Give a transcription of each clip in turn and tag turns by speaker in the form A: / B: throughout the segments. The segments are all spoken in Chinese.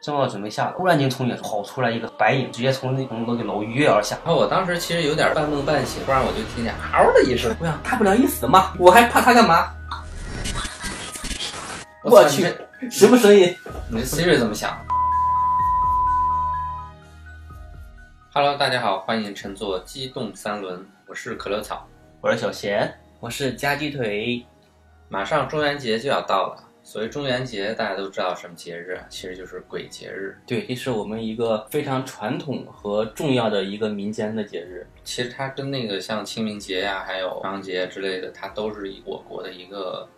A: 正要准备下楼，突然间从远处跑出来一个白影，直接从那从那个楼一跃而下。
B: 然后我当时其实有点半梦半醒，突然我就听见啊嗷的一声，我想大不了一死嘛，我还怕他干嘛？
A: 我
B: 操
A: 去
B: 你这，
A: 什么声音？
B: 你这 Siri 怎么想？Hello，大家好，欢迎乘坐机动三轮，我是可乐草。
A: 我是小贤，
C: 我是夹鸡腿，
B: 马上中元节就要到了，所谓中元节，大家都知道什么节日啊？其实就是鬼节日。
C: 对，这是我们一个非常传统和重要的一个民间的节日。
B: 其实它跟那个像清明节呀、还有长节之类的，它都是一我国的一个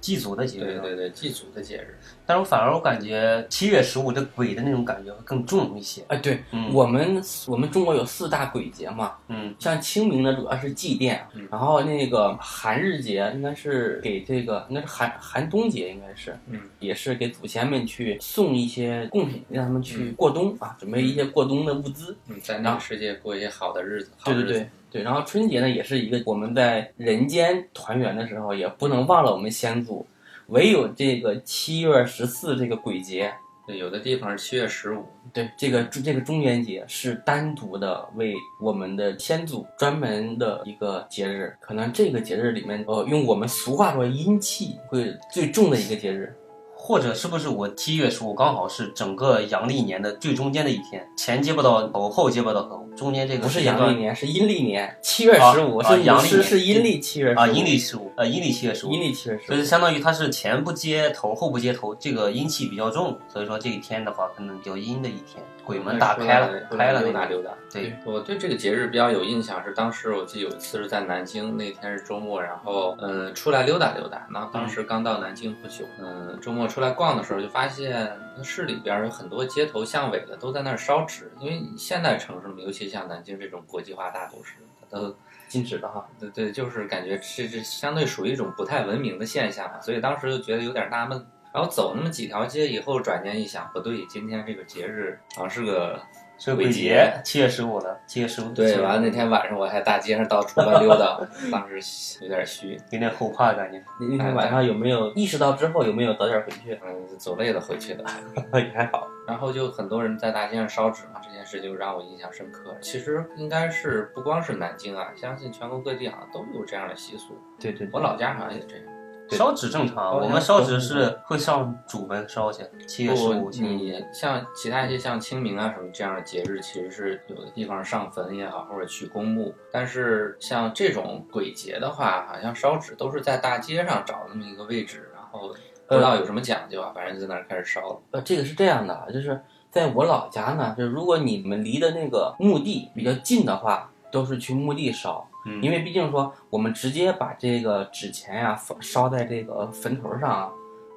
A: 祭祖的节
B: 对
A: 日。啊
B: 对对祭祖的节日。
A: 但是我反而我感觉七月十五这鬼的那种感觉会更重一些。
C: 啊，对、
A: 嗯
C: 我们我们中国有四大鬼节嘛，
A: 嗯，
C: 像清明呢主要是祭奠，
B: 嗯
C: 然后那个寒日节应该是给这个应该是寒寒冬节应该是，
B: 嗯，
C: 也是给祖先们去送一些贡品，让他们去过冬、啊，准备一些过冬的物资。
B: 嗯，在那个世界过一些好的日子。好
C: 对
B: 日
C: 对
B: 子
C: 对。对，然后春节呢，也是一个我们在人间团圆的时候，也不能忘了我们先祖。唯有这个七月十四这个鬼节，
B: 对，有的地方是七月十五，
C: 对这个这个中元节是单独的为我们的先祖专门的一个节日。可能这个节日里面，呃，用我们俗话说，阴气会最重的一个节日。
A: 或者是不是我七月十五刚好是整个阳历年的最中间的一天，前接不到头，后接不到头，中间这个
C: 不是
A: 时间
C: 阳
A: 段
C: 历年，是阴历年，七月
A: 啊
C: 十五、
A: 啊
C: 是
A: 阳历
C: 是
A: 年
C: 是阴历七月
A: 啊，
C: 15
A: 阴历十五，呃，阴历七月十五，
C: 阴历七月十
A: 所
C: 五
A: 以。相当于它是前不接头，后不接头，这个阴气比较重，所以说这一天的话，可能比较阴的一天，鬼门打开了，开了
B: 溜
A: 那
B: 达
A: 个。
B: 溜达。
A: 对，
B: 我对这个节日比较有印象，是当时我记得有一次是在南京，那天是周末，然后嗯、呃出来溜达溜达，然后当
A: 嗯
B: 时刚到南京不久，嗯、周末出来逛的时候就发现市里边有很多街头巷尾的都在那儿烧纸，因为现代城市嘛，尤其像南京这种国际化大都市，它都
C: 禁止的哈，
B: 对对，就是感觉这这相对属于一种不太文明的现象啊，所以当时就觉得有点纳闷。然后走那么几条街以后，转念一想，不对，今天这个节日好像是个
A: 是
B: 鬼
A: 鬼
B: 节
A: 节，七月十五了，七月十五。
B: 对，完了那天晚上我还大街上到处乱溜 达，当时有点虚，
A: 有点后怕感觉。
C: 那天晚上有没有意识到之后有没有早点回去？
B: 嗯，走累了回去的。
C: 也还好。
B: 然后就很多人在大街上烧纸嘛，这件事就让我印象深刻。其实应该是不光是南京啊，相信全国各地好像都有这样的习俗。
C: 对对，
B: 我老家好像也这样。
C: 对
A: 烧纸正常，我们烧纸是会上主门烧去，七月十
B: 不，
A: 五清明
B: 你
A: 节。
B: 像其他一些像清明啊什么这样的节日，其实是有的地方上坟也好，或者去公墓。但是像这种鬼节的话，好像烧纸都是在大街上找那么一个位置，然后不
C: 呃
B: 知道有什么讲究啊，反正就在那儿开始烧了。
C: 呃，这个是这样的啊，就是在我老家呢，就是如果你们离的那个墓地比较近的话，都是去墓地烧，
A: 嗯，
C: 因为毕竟说我们直接把这个纸钱呀、放烧在这个坟头上啊，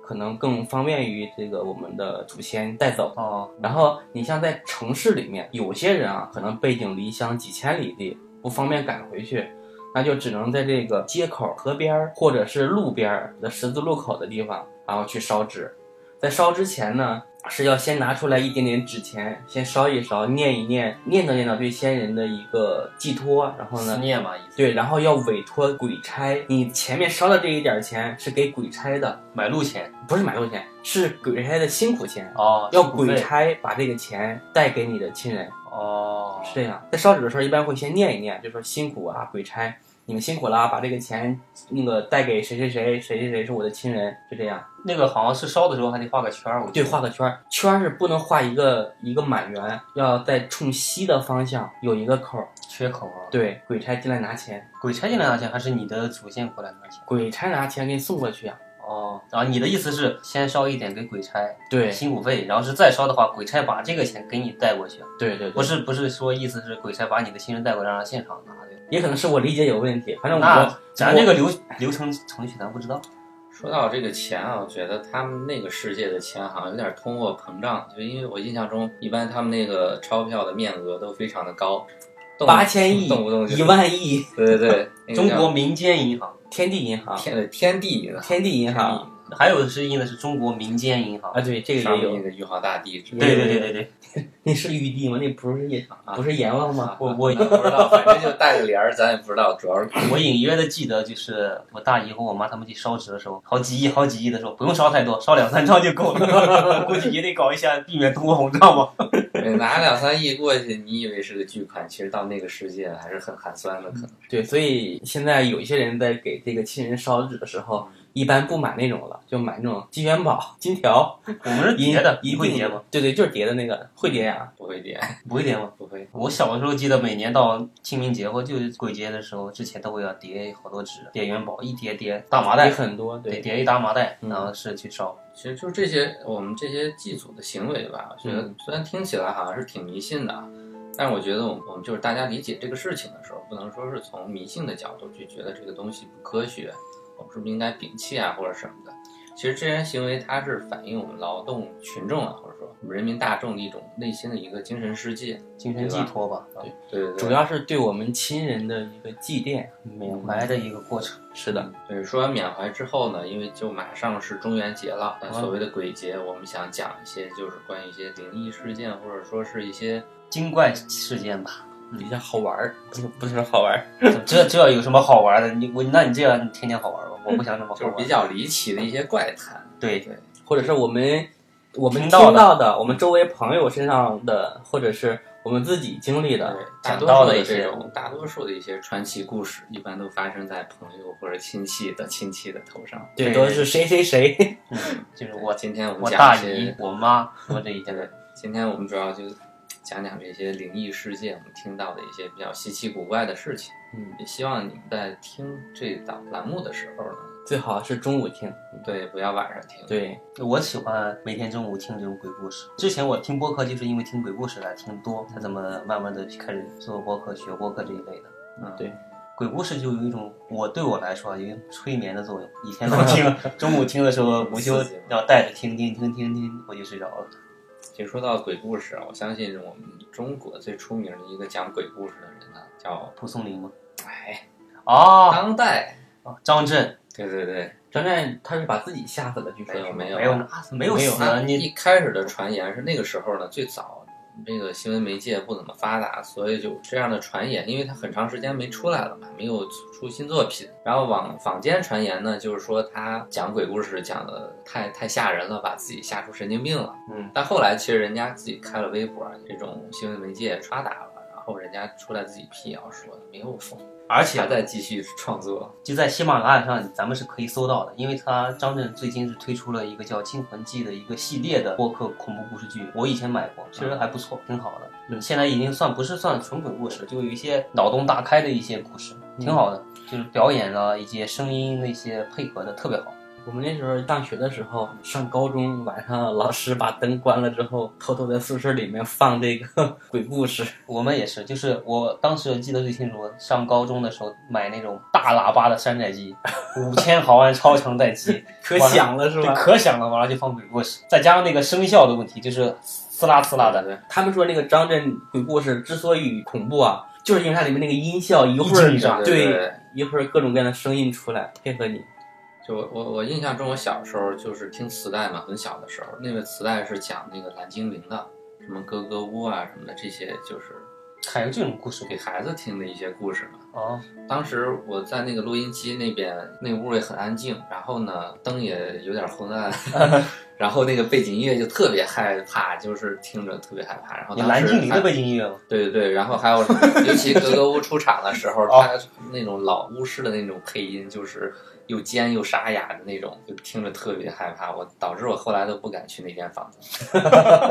C: 可能更方便于这个我们的祖先带走。
A: 哦，
C: 然后你像在城市里面，有些人啊，可能背井离乡几千里地，不方便赶回去，那就只能在这个街口、河边儿或者是路边儿的十字路口的地方，然后去烧纸。在烧之前呢，是要先拿出来一点点纸钱，先烧一烧，念一念，念叨念叨对先人的一个寄托，然后
A: 思
C: 呢。
A: 念嘛，意思。
C: 对，然后要委托鬼差，你前面烧的这一点儿钱是给鬼差的，
A: 买路钱
C: 不是买路钱，是鬼差的辛苦钱。
A: 哦，
C: 要
A: 辛苦
C: 鬼
A: 费
C: 差把这个钱带给你的亲人，
A: 哦，
C: 是这样。在烧纸的时候，一般会先念一念，就说辛苦啊，鬼差，你们辛苦了啊，把这个钱那个带给谁谁谁，谁谁谁是我的亲人，就这样。
A: 那个好像是烧的时候还得画个圈儿，我记
C: 对，
A: 得
C: 画个圈，儿，圈儿是不能画一个一个满圆，要在冲西的方向有一个口儿。
A: 缺口啊。，
C: 对，鬼差进来拿钱，
A: 鬼差进来拿钱还是你的祖先过来拿钱？
C: 鬼差拿钱给你送过去啊。
A: 哦，啊，你的意思是先烧一点给鬼差，
C: 对
A: 辛苦费，然后是再烧的话，鬼差把这个钱给你带过去，
C: 对对
A: 不
C: 对，
A: 是不是说意思是鬼差把你的亲人带过来让现场拿的。
C: 也可能是我理解有问题，反正
A: 那
C: 我
A: 咱
C: 我
A: 这个流流程程序咱不知道，
B: 说到这个钱啊，我觉得他们那个世界的钱好像有点通货膨胀，就因为我印象中，一般他们那个钞票的面额都非常的高，动
C: 八千亿
B: 动不动、就
C: 一，万亿，
B: 对对对，
A: 中国
B: 那个
A: 民间银行，
C: 天地银行
B: 叫，天天地银行
C: 天地银行
A: 还有是印的是中国民间银行
C: 啊，。对，这个
B: 上
C: 也有
B: 面那。个玉皇大帝之类
A: 对
B: 的，
A: 对对对对，
C: 那是玉帝吗？那不是夜场啊，不是阎王吗？
A: 我我
B: 不知道，反正就带个帘儿，咱也不知道，主要是
A: 我隐约的记得，就是我大姨和我妈他们去烧纸的时候，好几亿好几亿的时候，不用烧太多，烧两三张就够了。 估计也得搞一下，避免通货膨胀吧。
B: 拿两三亿过去，你以为是个巨款，其实到那个世界还是很寒酸的，可能。
C: 对，所以现在有一些人在给这个亲人烧纸的时候，一般不买那种了，就买那种金元宝、金条、
A: 我们是叠的，
C: 一
A: 你会叠吗？？
C: 对对，就是叠的那个，会叠呀、
B: 不会点，
A: 不会叠吗？
B: 不会。
A: 我小的时候记得，每年到清明节或就是鬼节的时候，之前都会要叠好多纸，叠元宝，一叠叠大麻袋，
C: 也很多，
A: 对，
C: 对，
A: 叠一大麻袋，
C: 嗯
A: 然后是去烧。
B: 其实就是这些我们这些祭祖的行为吧，我觉得虽然听起来好像是挺迷信的啊，但是我觉得我们我们就是大家理解这个事情的时候，不能说是从迷信的角度去觉得这个东西不科学，我们是不是应该摒弃啊或者什么的？其实这些行为它是反映我们劳动群众啊，或者说我们人民大众的一种内心的一个精神世界。
A: 精神寄托吧，
B: 对对对，
C: 主要是对我们亲人的一个祭奠。啊
A: 嗯缅
B: 嗯
A: 怀的一个过程。
C: 是的，
B: 对，说完缅怀之后呢，因为就马上是中元节了，那
A: 嗯
B: 所谓的鬼节，我们想讲一些就是关于一些灵异事件，或者说是一些
A: 精怪事件吧，
C: 比较好玩儿，不是不是说好玩儿，
A: 这这有什么好玩的？你我那你这样你天天好玩吧，我不想这么好
B: 就是
A: 玩。
B: 比较离奇的一些怪谈。
A: 对，
C: 或者是我们我们
A: 听
C: 听
A: 到的
C: 到的，我们周围朋友身上的，或者是我们自己经历的
B: 对，，大
A: 讲
B: 多
A: 到
B: 数
A: 的
B: 的
A: 一些
B: 这种大多数的一些传奇故事，一般都发生在朋友或者亲戚的亲戚的头上。
C: 对，
A: 对
C: 都是谁谁谁，
A: 嗯，就是我
B: 今天我们
A: 我
B: 讲
A: 大
B: 一
A: 姨
B: 些，、
A: 我妈我这一家
B: 对
A: 人，，
B: 今天我们主要就讲讲这些灵异事件，我们听到的一些比较稀奇古怪的事情。
C: 嗯，
B: 也希望你们在听这档栏目的时候呢，
C: 最好是中午听，
B: 对，不要晚上听。
C: 对，
A: 我喜欢每天中午听这种鬼故事。之前我听播客就是因为听鬼故事来听多，才怎么慢慢的开始做播客、学播客这一类的。
B: 嗯，
C: 对
A: 鬼故事就有一种我对我来说啊有一种催眠的作用。以前老 听，中午听的时候午休
B: 刺激吗
A: 要带着听听听听听，我就睡着了。
B: 其实说到鬼故事啊，我相信我们中国最出名的一个讲鬼故事的人呢，叫
A: 蒲松龄吗？
B: 哎，
A: 啊，
B: 当代，
A: 张震
B: 对对对，
C: 张震他是把自己吓死了，据说
B: 没有
C: 是吗
B: 没有
A: 没有那死，没有
C: 没有
A: 死
B: 他
A: 啊，
B: 一
A: 你
B: 开始的传言是那个时候呢，最早这个新闻媒介不怎么发达，所以就这样的传言，因为他很长时间没出来了嘛，没有出新作品。然后网坊间传言呢，就是说他讲鬼故事讲的太太吓人了，把自己吓出神经病了。
A: 嗯，
B: 但后来其实人家自己开了微博，这种新闻媒介发达了，然后人家出来自己辟谣说没有疯，
A: 而
B: 还
A: 且
B: 在继续创作。
A: 就在喜马拉雅上，咱们是可以搜到的，因为他张震最近是推出了一个叫《惊魂记》的一个系列的播客恐怖故事剧，我以前买过，其实还不错，挺好的。嗯，现在已经算不是算纯鬼故事，就有一些脑洞大开的一些故事，挺好的。就是表演啊，一些声音那些配合的特别好。
C: 我们那时候上学的时候，上高中晚上老师把灯关了之后，偷偷在宿舍里面放这个 鬼故事，
A: 我们也是，就是我当时记得最清楚，上高中的时候买那种大喇叭的山寨机，五千毫安超强待机，
C: 可响了是
A: 对，
C: 吧？
A: 可响了，完了就放鬼故事，再加上那个声效的问题，就是呲啦呲啦的，
B: 对，
C: 他们说那个张震鬼故事之所以恐怖啊，就是因为它里面那个音效一会
A: 一
C: 儿
A: 惊一乍
B: 对
C: 对一会儿各种各样的声音出来配合你，
B: 就我我我印象中，我小时候就是听磁带嘛，很小的时候，那个磁带是讲那个蓝精灵的，什么哥哥屋啊什么的，这些就是
A: 还有这种故事
B: 给孩子听的一些故事嘛。
A: 哦，
B: 当时我在那个录音机那边，那屋也很安静，然后呢，灯也有点 昏暗，然后那个背景音乐就特别害怕，就是听着特别害怕。然后
A: 你
B: 当时
A: 蓝精灵
B: 还
A: 的背景音乐吗？
B: 对对对，然后还有什么，尤其格格巫出场的时候，
A: 哦
B: 他那种老巫师的那种配音，就是又尖又沙哑的那种，就听着特别害怕。我导致我后来都不敢去那间房子，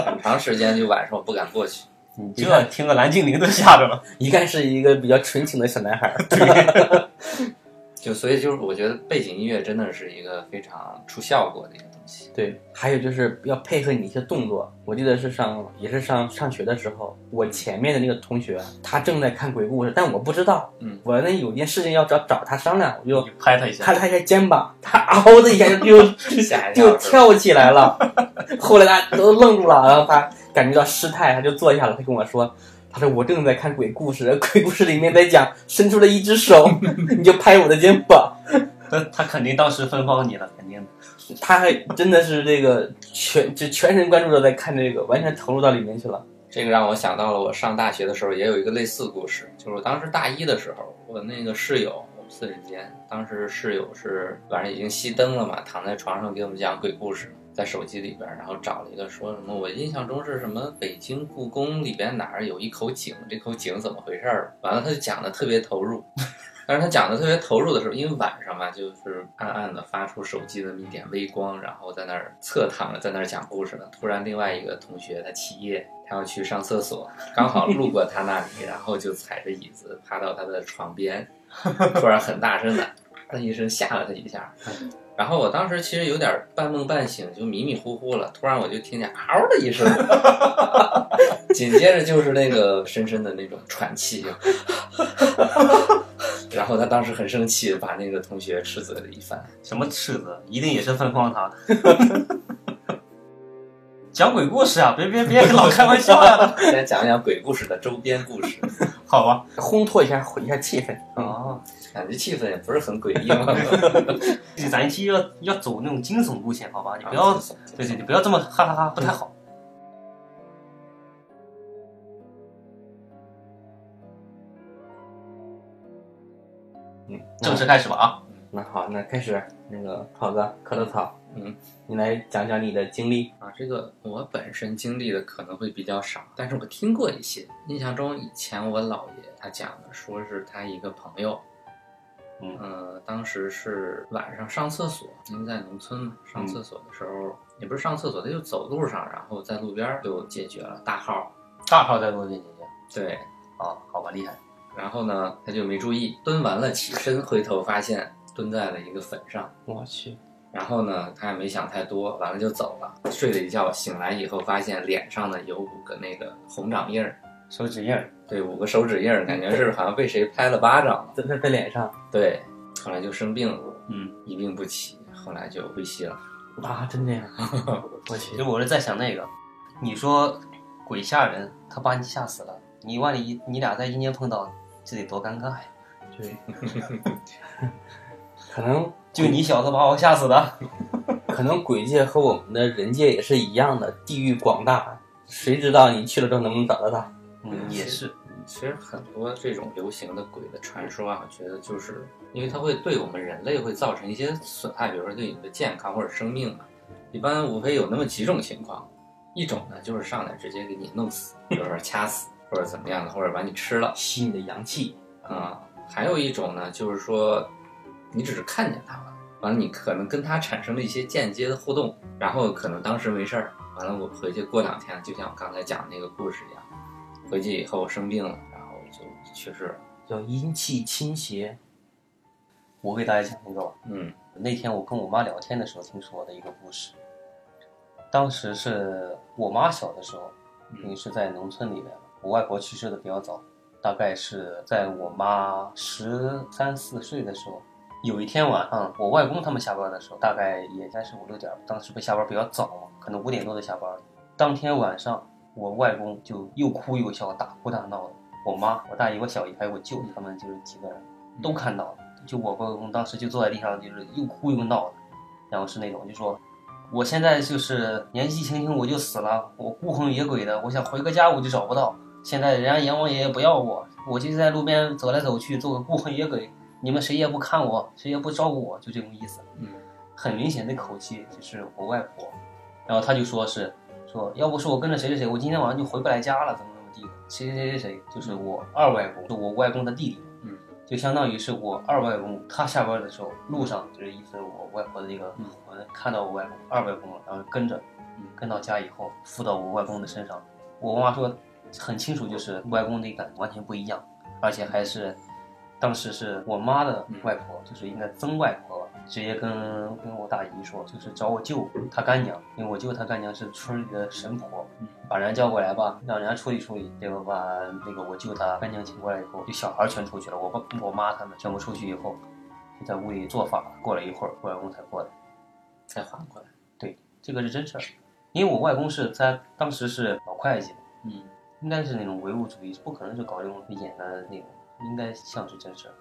B: 很长时间就晚上我不敢过去。
A: 你这听个蓝精灵都吓着了。
C: 一看是一个比较纯情的小男孩儿。
B: 就所以就是我觉得背景音乐真的是一个非常出效果的一个东西。
C: 对，还有就是要配合你一些动作。我记得是上也是上上学的时候，我前面的那个同学他正在看鬼故事，但我不知道，
B: 嗯
C: 我那有件事情要找找他商量，我就
A: 你拍他一下
C: 拍，了他一下肩膀，他嗷的一下就
B: 吓一跳
C: 就跳起来了。后来大家都愣住了，然后他感觉到失态，他就坐下了。他跟我说：“他说我正在看鬼故事，鬼故事里面在讲伸出了一只手， 你就拍我的肩膀。
A: 他他肯定当时芬芳你了，肯定的。”
C: 他还真的是这个全就全神贯注的在看这个，完全投入到里面去了。
B: 这个让我想到了我上大学的时候也有一个类似故事，就是我当时大一的时候，我那个室友。我们四人间，当时室友是晚上已经熄灯了嘛，躺在床上给我们讲鬼故事，在手机里边，然后找了一个说什么，我印象中是什么北京故宫里边哪儿有一口井，这口井怎么回事儿？完了他就讲的特别投入，但是他讲的特别投入的时候，因为晚上嘛，就是暗暗的发出手机那么一点微光，然后在那儿侧躺着在那儿讲故事呢。突然另外一个同学他起夜，他要去上厕所，刚好路过他那里，然后就踩着椅子趴到他的床边，突然很大声的“一声吓了他一下。然后我当时其实有点半梦半醒，就迷迷糊糊了。突然我就听见嗷的一声， 紧接着就是那个深深的那种喘气。然后他当时很生气，把那个同学斥责了一番。
A: 什么斥责，一定也是phân荒他的。 讲鬼故事啊，别别别老开玩笑啊！
B: 先讲讲鬼故事的周边故事，
A: 好吧，
C: 烘托一下，混一下气氛。
A: 哦，
B: 感觉气氛也不是很诡异 嘛。
A: 咱一期要要走那种惊悚路线，好吧？你不要，对对，你不要这么哈哈哈，不太好。
C: 嗯，
A: 正式开始吧啊！
C: 那好，那开始那个草哥，咳头草，
B: 嗯，
C: 你来讲讲你的经历。
B: 啊，这个我本身经历的可能会比较少，但是我听过一些。印象中以前我姥爷他讲的，说是他一个朋友，
A: 嗯
B: 呃，当时是晚上上厕所，因为在农村嘛，上厕所的时候、
A: 嗯
B: 也不是上厕所，他就走路上，然后在路边儿就解决了大号，
A: 大号在多边姐姐
B: 对，
A: 啊，好吧，厉害。
B: 然后呢他就没注意，蹲完了起身，回头发现蹲在了一个坟上。
C: 我去，
B: 然后呢，他也没想太多，完了就走了。睡了一觉，醒来以后发现脸上呢有五个那个红掌印儿，
A: 手指印儿，
B: 对，五个手指印儿，感觉是好像被谁拍了巴掌。
C: 在在在脸上
B: 对，后来就生病了，
A: 嗯，
B: 一病不起，后来就归西了。
C: 啊，真这样？我去
A: 其实，我是在想那个，你说鬼吓人，他把你吓死了，你万一你俩在阴间碰到，这得多尴尬呀！
C: 对，可能
A: 就你小子把我吓死的，
C: 可能鬼界和我们的人界也是一样的，地域广大，谁知道你去了之后能不能找到他？
A: 嗯，也是，
B: 其实很多这种流行的鬼的传说啊，我觉得就是因为它会对我们人类会造成一些损害，比如说对你的健康或者生命啊。一般无非有那么几种情况，一种呢就是上来直接给你弄死，比如说掐死或者怎么样的，或者把你吃了
C: 吸你的阳气，
B: 啊、还有一种呢就是说你只是看见他了，完了你可能跟他产生了一些间接的互动，然后可能当时没事儿，完了我回去过两天，就像我刚才讲那个故事一样，回去以后我生病了，然后就去世了。
C: 叫阴气侵邪。
A: 我给大家讲一个吧。
B: 嗯
A: 那天我跟我妈聊天的时候听说的一个故事。当时是我妈小的时候，因为
B: 嗯
A: 是在农村里面，我外婆去世的比较早，大概是在我妈十三四岁的时候。有一天晚上，我外公他们下班的时候，大概也应该是五六点儿，当时不下班比较早嘛，可能五点多就下班了。当天晚上，我外公就又哭又笑，大哭大闹的。我妈、我大姨、我小姨还有我舅，他们就是几个人都看到了。就我外公当时就坐在地上，就是又哭又闹的，然后是那种就说我现在就是年纪轻轻我就死了，我孤魂野鬼的，我想回个家我就找不到。现在人家阎王爷也不要我，我就在路边走来走去，做个孤魂野鬼。你们谁也不看我，谁也不照顾我，就这种意思。
B: 嗯
A: 很明显的口气就是我外婆，然后她就说是说要不是我跟着谁谁谁，我今天晚上就回不来家了，怎么怎么地的。谁谁谁谁谁就是我二外公，就我外公的弟弟，
B: 嗯，
A: 就相当于是我二外公他下班的时候，路上就是一直我外婆的这个
B: 嗯
A: 魂、看到我外公二外公了，然后跟着
B: 嗯
A: 跟到家以后附到我外公的身上，我妈说很清楚，就是外公那感完全不一样，而且还是当时是我妈的
B: 嗯
A: 外婆，就是应该曾外婆吧，直接跟跟我大姨说，就是找我舅他干娘，因为我舅他干娘是村里的神婆
B: 嗯，
A: 把人家叫过来吧，让人家处理处理，结果把那个我舅他干娘请过来以后，就小孩全出去了，我爸我妈他们全部出去以后，就在屋里做法，过了一会儿，我外公才过来。
B: 再缓过来。
A: 这个是真事儿，因为我外公是他当时是老会计，
B: 嗯
A: 应该是那种唯物主义，不可能是搞这种演的那种，应该像是真事儿。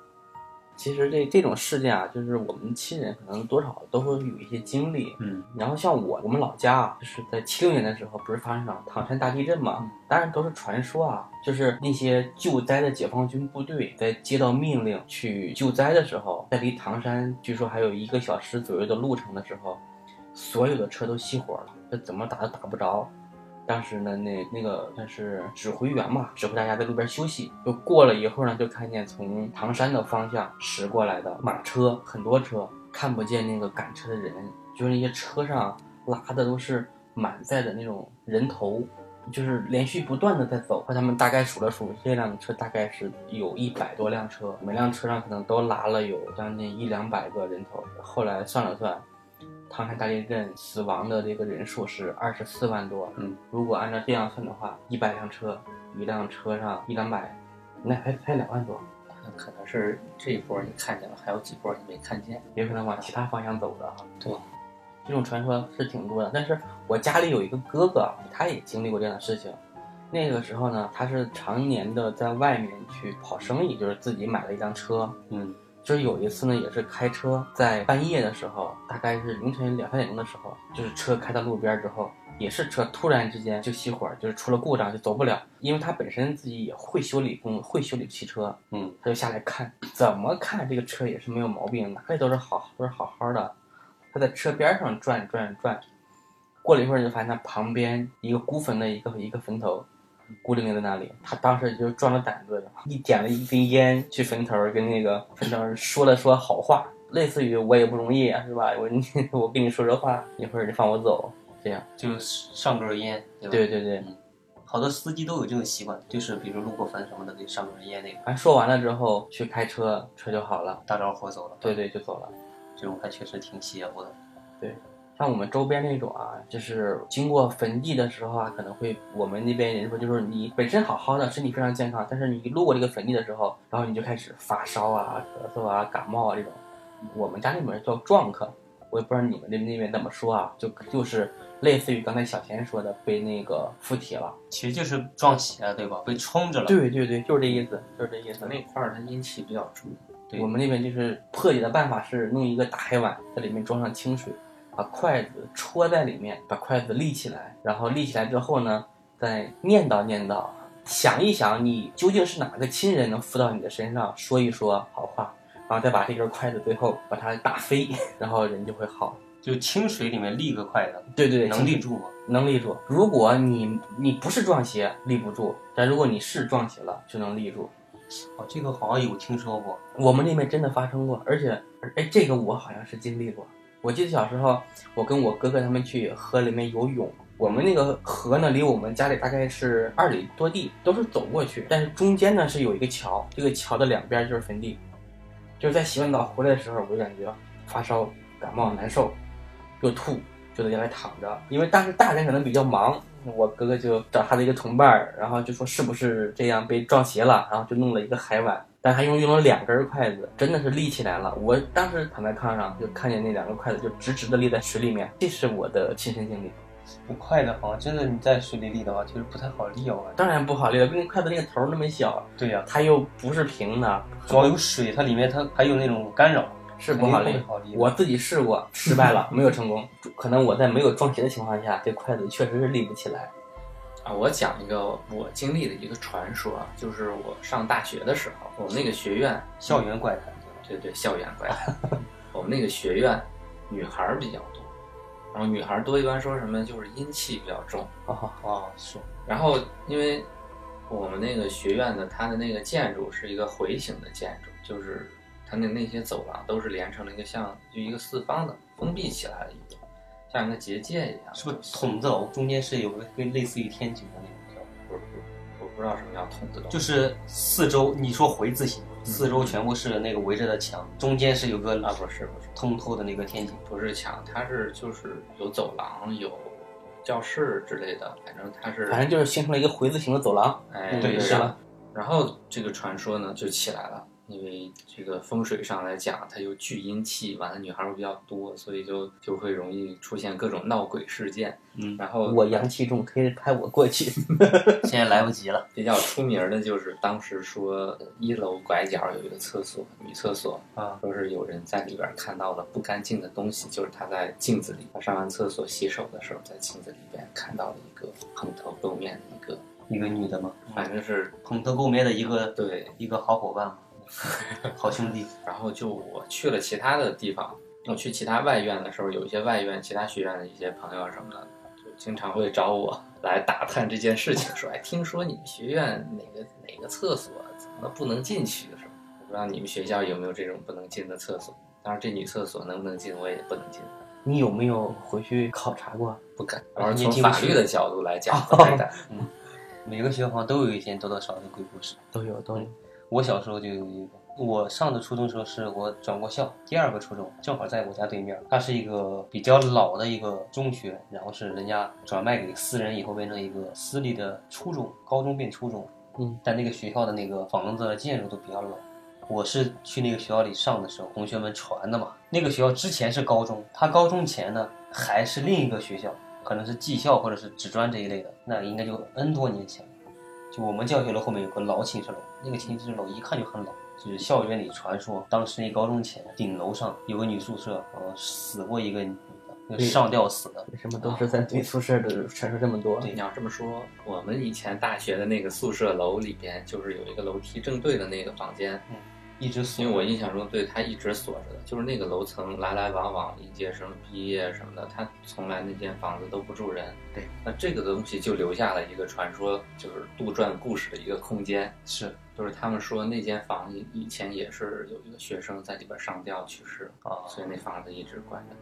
C: 其实这这种事件啊，就是我们亲人可能多少都会有一些经历。
A: 嗯，
C: 然后像我，我们老家啊，就是在七六年的时候，不是发生了唐山大地震嘛？当然都是传说啊，就是那些救灾的解放军部队在接到命令去救灾的时候，在离唐山据说还有一个小时左右的路程的时候，所有的车都熄火了，这怎么打都打不着。当时呢，那那个算是指挥员嘛，指挥大家在路边休息。就过了一会儿呢，就看见从唐山的方向驶过来的马车，很多车，看不见那个赶车的人，就是那些车上拉的都是满载的那种人头，就是连续不断的在走。后来他们大概数了数，这辆车大概是有一百多辆车，每辆车上可能都拉了有将近一两百个人头。后来算了算，唐山大地震死亡的这个人数是二十四万多。
B: 嗯，
C: 如果按照这样算的话，一百辆车，一辆车上一两百，那还才两万多，
B: 可能是这一波你看见了，还有几波你没看见。
C: 也可能往其他方向走的哈。
B: 对，
C: 这种传说是挺多的。但是我家里有一个哥哥，他也经历过这样的事情。那个时候呢，他是常年的在外面去跑生意，就是自己买了一辆车，
A: 嗯
C: 就是有一次呢，也是开车，在半夜的时候，大概是凌晨两三点钟的时候，就是车开到路边之后，也是车突然之间就熄火，就是出了故障就走不了，因为他本身自己也会修理工，会修理汽车，
A: 嗯，
C: 他就下来看，怎么看这个车也是没有毛病，哪里都是好，都是好好的。他在车边上转转转，过了一会儿就发现他旁边一个孤坟的一个一个坟头，孤零零在那里。他当时就壮着胆子，一点了一根烟去坟头儿跟那个坟头儿说了说好话，类似于我也不容易啊，是吧？我我跟你说说话，一会儿你放我走，这样。
A: 就是上根烟，对吧？
C: 对对对。
A: 好多司机都有这种习惯，就是比如说路过坟什么的，就上根烟那个，
C: 完说完了之后去开车，车就好了。
A: 大着火走了。
C: 对，对，就走了。
A: 这种还确实挺邪乎的。
C: 像我们周边那种啊，就是经过坟地的时候啊，可能会我们那边人说，就是你本身好好的，身体非常健康，但是你一路过这个坟地的时候，然后你就开始发烧啊、咳嗽啊、感冒啊这种。我们家那边叫壮客，我也不知道你们那那边怎么说啊，就就是类似于刚才小贤说的被那个附体了。
A: 其实就是撞邪，对吧？被冲着了。
C: 对对对，就是这意思，就是这意思。
B: 那块儿它阴气比较重，
A: 对
C: 我们那边就是破解的办法是弄一个大黑碗，在里面装上清水，把筷子戳在里面，把筷子立起来，然后立起来之后呢，再念叨念叨，想一想你究竟是哪个亲人能附到你的身上，说一说好话，然后再把这根筷子最后把它打飞，然后人就会好。
A: 就清水里面立个筷子，
C: 对对对，
A: 能立住吗？
C: 能立住。如果你你不是撞邪，立不住；但如果你是撞邪了，就能立住。
A: 哦，这个好像有听说过。
C: 我们那边真的发生过，而且，哎，这个我好像是经历过。我记得小时候，我跟我哥哥他们去河里面游泳，我们那个河呢，离我们家里大概是二里多地，都是走过去，但是中间呢是有一个桥，这个桥的两边就是坟地。就是在洗完澡回来的时候，我就感觉发烧、感冒、难受，又吐，就在家里躺着。因为当时大人可能比较忙，我哥哥就找他的一个同伴儿，然后就说是不是这样被撞邪了，然后就弄了一个海碗，但他用用了两根筷子，真的是立起来了。我当时躺在炕上，就看见那两个筷子就直直的立在水里面，这是我的亲身经历。
A: 那筷子好像真的，你在水里立的话，就是不太好立哦。
C: 当然不好立了，那筷子那个头儿那么小，
A: 对呀、
C: 它又不是平的，
A: 主要有水，它里面它还有那种干扰，
C: 是不好
A: 肯
C: 立
A: 定不。好立。
C: 我自己试过，失败了，没有成功。可能我在没有撞鞋的情况下，这筷子确实是立不起来。
B: 啊，我讲一个我经历的一个传说啊，就是我上大学的时候，我们那个学院，
A: 校园怪谈，对吧？
B: 对对，校园怪谈，我们那个学院女孩儿比较多，然后女孩儿多一般说什么就是阴气比较重，
C: 哦，
A: 哦，是，
B: 然后因为我们那个学院的它的那个建筑是一个回形的建筑，就是它那那些走廊都是连成了一个像就一个四方的封闭起来的一个，像一个结界一样，
A: 是不是筒子楼中间是有个跟类似于天井的那种叫，
B: 不是不是，我不知道什么叫筒子楼，
A: 就是四周你说回字形，四周全部是那个围着的墙，中间是有个
B: 啊不是不是。
A: 通透的那个天井。
B: 不是墙，它是就是有走廊、有教室之类的，反正它是
C: 反正就是形成了一个回字形的走廊。
B: 哎
A: 对
B: 对
A: 是吧
B: 然后这个传说呢就起来了，因为这个风水上来讲，它又聚阴气，完了女孩儿会比较多，所以就就会容易出现各种闹鬼事件。
A: 嗯，
B: 然后
C: 我阳气重，可以派我过去。
A: 现在来不及了。
B: 比较出名儿的就是当时说一楼拐角有一个厕所，女厕所
A: 啊，
B: 说是有人在里边看到了不干净的东西，就是他在镜子里，他上完厕所洗手的时候，在镜子里边看到了一个蓬头垢面的一个，
A: 一个女的吗？
B: 反正是
A: 蓬头垢面的一个
B: 对，
A: 一个好伙伴嘛， 好兄弟。
B: 然后就我去了其他的地方，我去其他外院的时候，有一些外院、其他学院的一些朋友什么的，就经常会找我 来打探这件事情，说：“哎，听说你们学院哪个哪个厕所怎么不能进去什么？我不知道你们学校有没有这种不能进的厕所。当然，这女厕所能不能进，我也不能进，
C: 你有没有回去考察过？
B: 不敢。
A: 啊
B: 而
A: 你
B: 从
A: 进不
B: 法
A: 去哦
B: 律的角度来讲，不太敢。
A: 每个学校都有一些多多少少的鬼故事。
C: 都有，都有。
A: 我小时候就有一个。我上的初中时候是我转过校，第二个初中正好在我家对面，它是一个比较老的一个中学，然后是人家转卖给私人以后变成一个私立的初中，高中变初中。
C: 嗯，
A: 但那个学校的那个房子建筑都比较老。我是去那个学校里上的时候，同学们传的嘛。那个学校之前是高中，他高中前呢还是另一个学校，可能是技校或者是职专这一类的，那应该就 N 多年前了。就我们教学楼后面有个老寝室楼，那个寝室楼一看就很老，就是校园里传说，当时那高中前顶楼上有个女宿舍，呃，死过一个女的，那个上吊死的。
C: 为什么都是在对宿舍的传说这么多？
A: 对
B: 你要这么说，我们以前大学的那个宿舍楼里边，就是有一个楼梯正对的那个房间，
A: 一直锁
B: 因为我印象中对他一直锁着的，就是那个楼层来来往往，应届生毕业什么的，他从来那间房子都不住人。
A: 对，
B: 那这个东西就留下了一个传说，就是杜撰故事的一个空间，
A: 是
B: 就是他们说那间房以以前也是有一个学生在里边上吊去世，
A: 啊，
B: 所以那房子一直关着。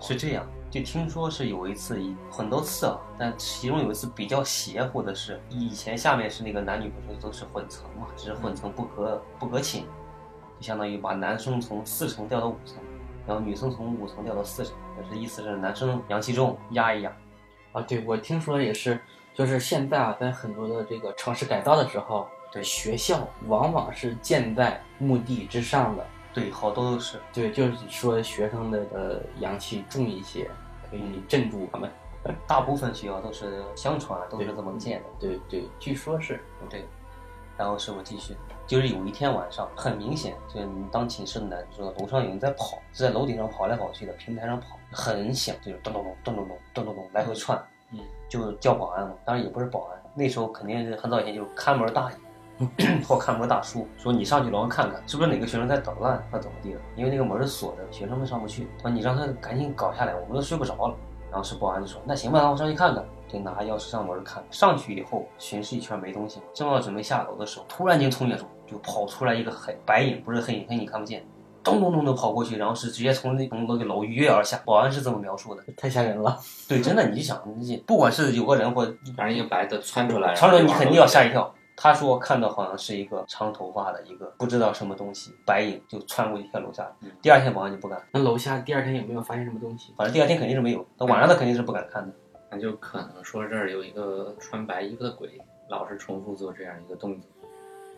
A: 是这样，就听说是有一次，一很多次啊，但其中有一次比较邪乎的是，以前下面是那个男女不是都是混层嘛，只是混层不隔不隔寝，就相当于把男生从四层调到五层，然后女生从五层调到四层，就是意思是男生阳气重压一压，
C: 啊，对，我听说也是，就是现在啊，在很多的这个城市改造的时候，
A: 对
C: 学校往往是建在墓地之上的，
A: 对，好多都是
C: 对，就是说学生的呃阳气重一些，可以镇住他们。
A: 大部分学校都是相传啊都是这么建的。
C: 对对，据说是
A: 对，然后是我继续，就是有一天晚上，很明显，就是你当寝室的男生楼上有人在跑，是在楼顶上跑来跑去的，平台上跑，很响，就是咚咚咚咚咚咚咚咚咚来回窜，
B: 嗯，
A: 就叫保安嘛，当然也不是保安，那时候肯定是很早以前就是看门大爷。 或看门大叔说：“你上去楼上看看，是不是哪个学生在捣乱或怎么地的？因为那个门是锁着，学生们上不去。说你让他赶紧搞下来，我们都睡不着了。”然后是保安就说：“那行吧，那我上去看看。”就拿钥匙上门看。上去以后巡视一圈没东西，正要准备下楼的时候，突然间从远处就跑出来一个黑白影，不是黑影，黑影看不见，咚咚咚的跑过去，然后是直接从那从那个楼跃而下。保安是这么描述的。
C: 太吓人了。
A: 对，真的，你想，你不管是有个人或
B: 反正一个白的窜出来，
A: 常说
B: 然后就
A: 你
B: 往
A: 肯
B: 楼
A: 定要
B: 里
A: 吓一跳。他说看到好像是一个长头发的一个不知道什么东西白影就穿过去跳楼下来
B: 嗯。
A: 第二天保安就不敢，
C: 那楼下第二天有没有发现什么东西？
A: 反正第二天肯定是没有，但晚上他肯定是不敢看的。
B: 那就可能说这儿有一个穿白衣服的鬼，老是重复做这样一个动作。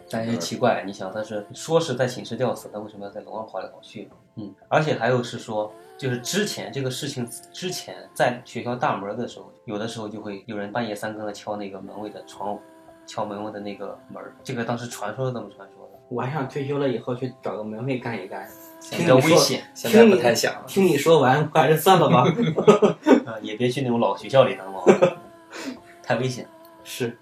A: 但是奇怪，你想他是说是在寝室吊死，他为什么要在楼上跑来跑去？嗯，而且还有是说，就是之前这个事情之前，在学校大门的时候，有的时候就会有人半夜三更的敲那个门卫的窗户，敲门卫的那个门儿。这个当时传说是这么传说的，
C: 我还想退休了以后去找个门卫干一干。
A: 比
C: 听
A: 较
C: 你
A: 危
C: 说，
A: 险
B: 现在不太
C: 听
B: 想了。
C: 听你说完，我还是算 了吧。
A: 啊，也别去那种老学校里当保安，太危险。
C: 是。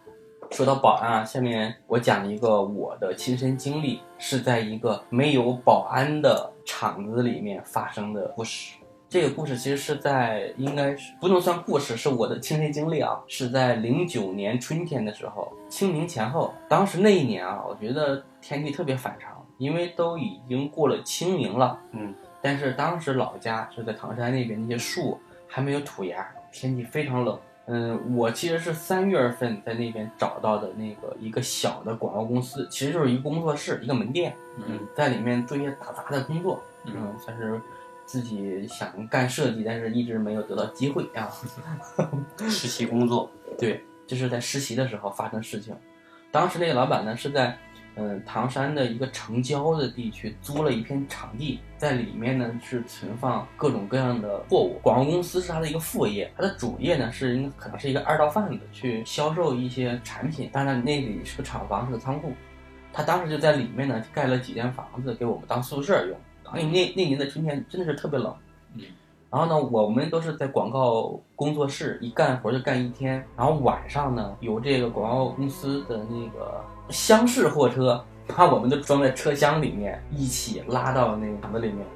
C: 说到保安啊，下面我讲一个我的亲身经历，是在一个没有保安的厂子里面发生的故事。这个故事其实是在，应该是不能算故事，是我的亲身经历啊，是在零九年春天的时候，清明前后。当时那一年啊，我觉得天气特别反常，因为都已经过了清明了，
A: 嗯，
C: 但是当时老家是在唐山那边，那些树啊还没有吐芽，天气非常冷。嗯，我其实是三月份在那边找到的那个一个小的广告公司，其实就是一个工作室，一个门店，
B: 嗯
C: 在里面做一些打杂的工作，
B: 嗯，
C: 嗯，算是自己想干设计，但是一直没有得到机会啊。
A: 嗯实习工作，
C: 对，就是在实习的时候发生事情。当时那个老板呢是在嗯，唐山的一个城郊的地区租了一片场地，在里面呢是存放各种各样的货物。广告公司是它的一个副业，它的主业呢是应该可能是一个二道贩子去销售一些产品。当然那里是个厂房，是个仓库，他当时就在里面呢盖了几间房子给我们当宿舍用。那那那年的春天真的是特别冷，
B: 嗯。
C: 然后呢，我们都是在广告工作室一干活就干一天，然后晚上呢，由这个广告公司的那个厢式货车把我们都装在车厢里面，一起拉到那个厂子里面。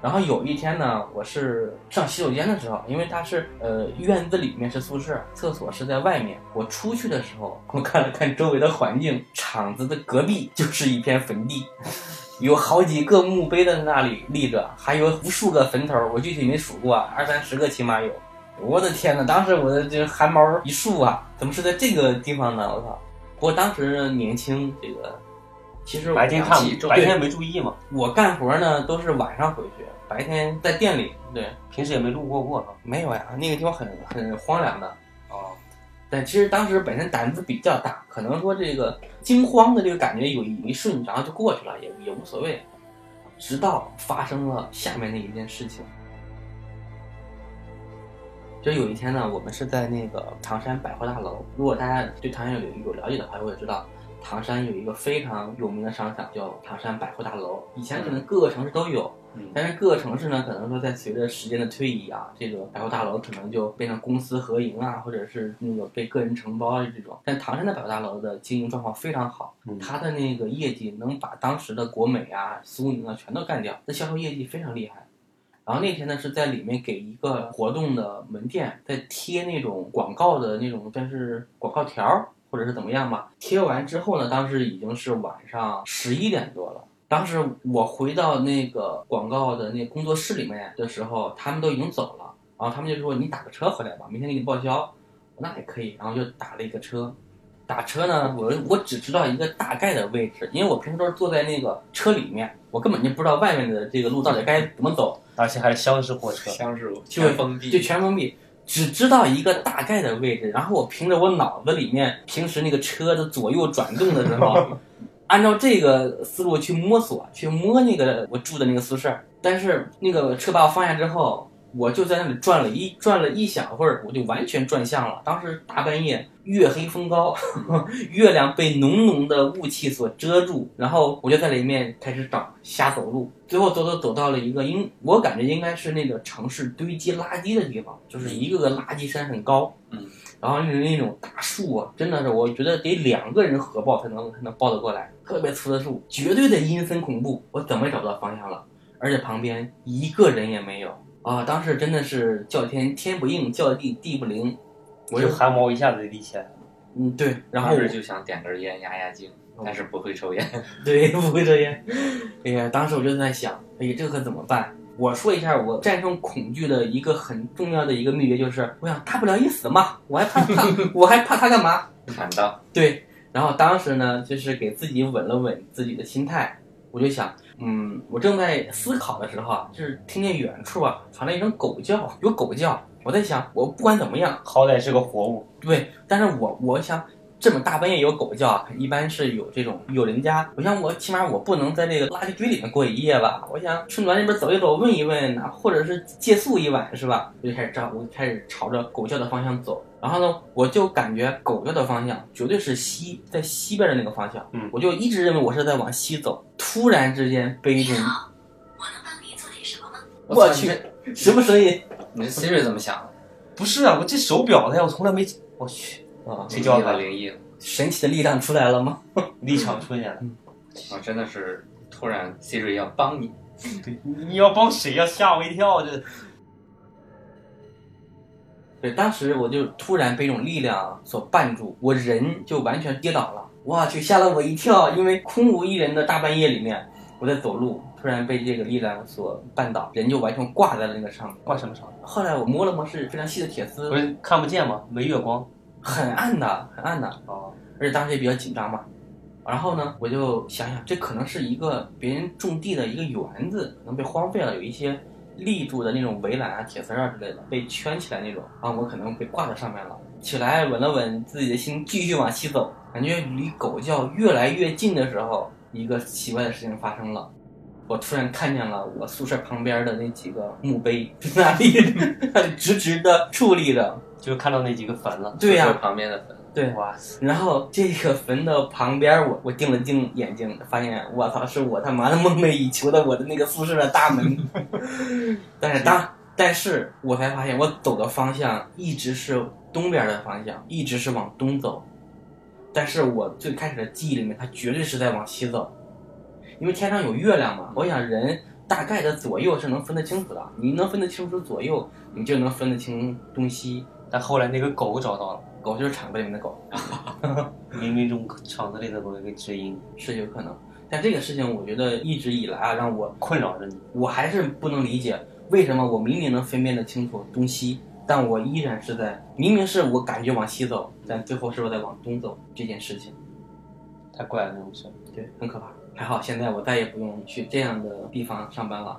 C: 然后有一天呢，我是上洗手间的时候，因为它是呃院子里面是宿舍，厕所是在外面。我出去的时候，我看了看周围的环境，厂子的隔壁就是一片坟地， 有好几个墓碑在那里立着，还有无数个坟头，我具体没数过，二三十个起码有。我的天呐，当时我的这汗毛一竖啊，怎么是在这个地方呢？我操！不过当时年轻，这个其实我
A: 白天看
B: 记忆中
A: 白天没注意嘛，
C: 我干活呢都是晚上回去，白天在店里。对，
A: 平时也没路过过啊。
C: 没有呀，那个地方很很荒凉的。
B: 哦，
C: 但其实当时本身胆子比较大，可能说这个惊慌的这个感觉有一瞬，然后就过去了，也也无所谓。直到发生了下面那一件事情，就有一天呢，我们是在那个唐山百货大楼。如果大家对唐山有有了解的话，我也知道唐山有一个非常有名的商场叫唐山百货大楼，以前可能各个城市都有，
B: 嗯
C: 但是各个城市呢，可能说在随着时间的推移啊，这个百货大楼可能就变成公私合营啊，或者是那个被个人承包啊这种。但唐山的百货大楼的经营状况非常好，
A: 嗯
C: 它的那个业绩能把当时的国美啊、苏宁啊全都干掉，那销售业绩非常厉害。然后那天呢是在里面给一个活动的门店在贴那种广告的那种，算是广告条儿或者是怎么样吧。贴完之后呢，当时已经是晚上十一点多了。当时我回到那个广告的那工作室里面的时候，他们都已经走了，然后他们就说你打个车回来吧，明天给你报销。那也可以，然后就打了一个车。打车呢，我我只知道一个大概的位置，因为我平时都是坐在那个车里面，我根本就不知道外面的这个路到底该怎么走。
A: 而且还是厢式货车，
B: 像是我
C: 就
B: 封
C: 就全封闭，只知道一个大概的位置。然后我凭着我脑子里面平时那个车的左右转动的时候，按照这个思路去摸索，去摸那个我住的那个宿舍。但是那个车把我放下之后，我就在那里转了一转了一小会儿，我就完全转向了。当时大半夜，月黑风高，月亮被浓浓的雾气所遮住，然后我就在里面开始找瞎走路，最后走走走到了一个应，我感觉应该是那个城市堆积垃圾的地方，就是一个个垃圾山很高，
B: 嗯，
C: 然后就是那种大树啊，真的是我觉得得两个人合抱才能才能抱得过来，特别粗的树，绝对的阴森恐怖，我怎么也找不到方向了，而且旁边一个人也没有啊，当时真的是叫天天不应，叫地地不灵，我
A: 我就汗毛一下子就立起来了。
C: 嗯对，然后嗯
B: 当
C: 我
B: 时就想点根烟压压惊，但是不会抽烟。
C: 对，不会抽烟。哎呀，当时我就在想，哎呀，这个可怎么办？我说一下我战胜恐惧的一个很重要的一个秘诀，就是我想大不了一死嘛，我还怕他， 我还怕他干嘛？
B: 喊道
C: 对，然后当时呢，就是给自己稳了稳自己的心态，我就想，嗯，我正在思考的时候啊，就是听见远处啊传来一声狗叫，有狗叫，我在想，我不管怎么样，
A: 好歹是个活物，
C: 对，但是我我想，这么大半夜有狗叫啊，一般是有这种有人家。我想我起码我不能在这个垃圾堆里面过一夜吧，我想春暖那边走一走，问一问呐，或者是借宿一晚是吧？我就开始照，我就开始朝着狗叫的方向走。然后呢，我就感觉狗叫的方向绝对是西，在西边的那个方向。
A: 嗯
C: 我就一直认为我是在往西走。突然之间被一种
D: 我能帮你做点什么吗？：“
C: 我
B: 操
C: 去，什么声音
B: 你这 Siri 怎么想的？
A: 不是啊，我这手表的呀，我从来没，我去，
C: 啊？
A: 谁叫
B: 的
A: 的
B: 灵异了？
C: 神奇的力量出来了吗？
A: 立场出现了。
B: 啊，真的是突然 Siri 要帮你，
A: 你要帮谁呀、吓我一跳！这
C: 对，当时我就突然被一种力量所绊住，我人就完全跌倒了。哇去，吓了我一跳，因为空无一人的大半夜里面，我在走路，突然被这个力量所绊倒，人就完全挂在了那个上面。
A: 挂什么绳？
C: 后来我摸了摸是非常细的铁丝
A: 不，是看不见吗？没月光
C: 很暗的，很暗的。
A: 哦，
C: 而且当时也比较紧张嘛。然后呢，我就想想，这可能是一个别人种地的一个园子，可能被荒废了，有一些立住的那种围栏啊、铁丝啊之类的被圈起来那种啊，我可能被挂在上面了。起来稳了稳自己的心，继续往西走。感觉离狗叫越来越近的时候，一个奇怪的事情发生了。我突然看见了我宿舍旁边的那几个墓碑，那里 那里直直的矗立着。
A: 就是看到那几个坟了。
C: 对呀、
B: 宿舍旁边的坟，
C: 对，
A: 哇塞，
C: 然后这个坟的旁边我，我定了定眼睛，发现我操，是我他妈的梦寐以求的我的那个宿舍的大门。但是当但是我才发现，我走的方向一直是东边的方向，一直是往东走。但是我最开始的记忆里面，它绝对是在往西走，因为天上有月亮嘛。我想人大概的左右是能分得清楚的，你能分得清楚左右，你就能分得清东西。
A: 但后来那个狗找到了，
C: 狗就是厂子里面的狗。
A: 冥冥中厂子里的狗有一个指引，
C: 是有可能。但这个事情，我觉得一直以来啊，让我
A: 困扰着你。
C: 我还是不能理解，为什么我明明能分辨得清楚东西，但我依然是在明明是我感觉往西走，但最后是我在往东走这件事情，
A: 太怪了那种事儿，
C: 对，很可怕。还好现在我再也不用去这样的地方上班了，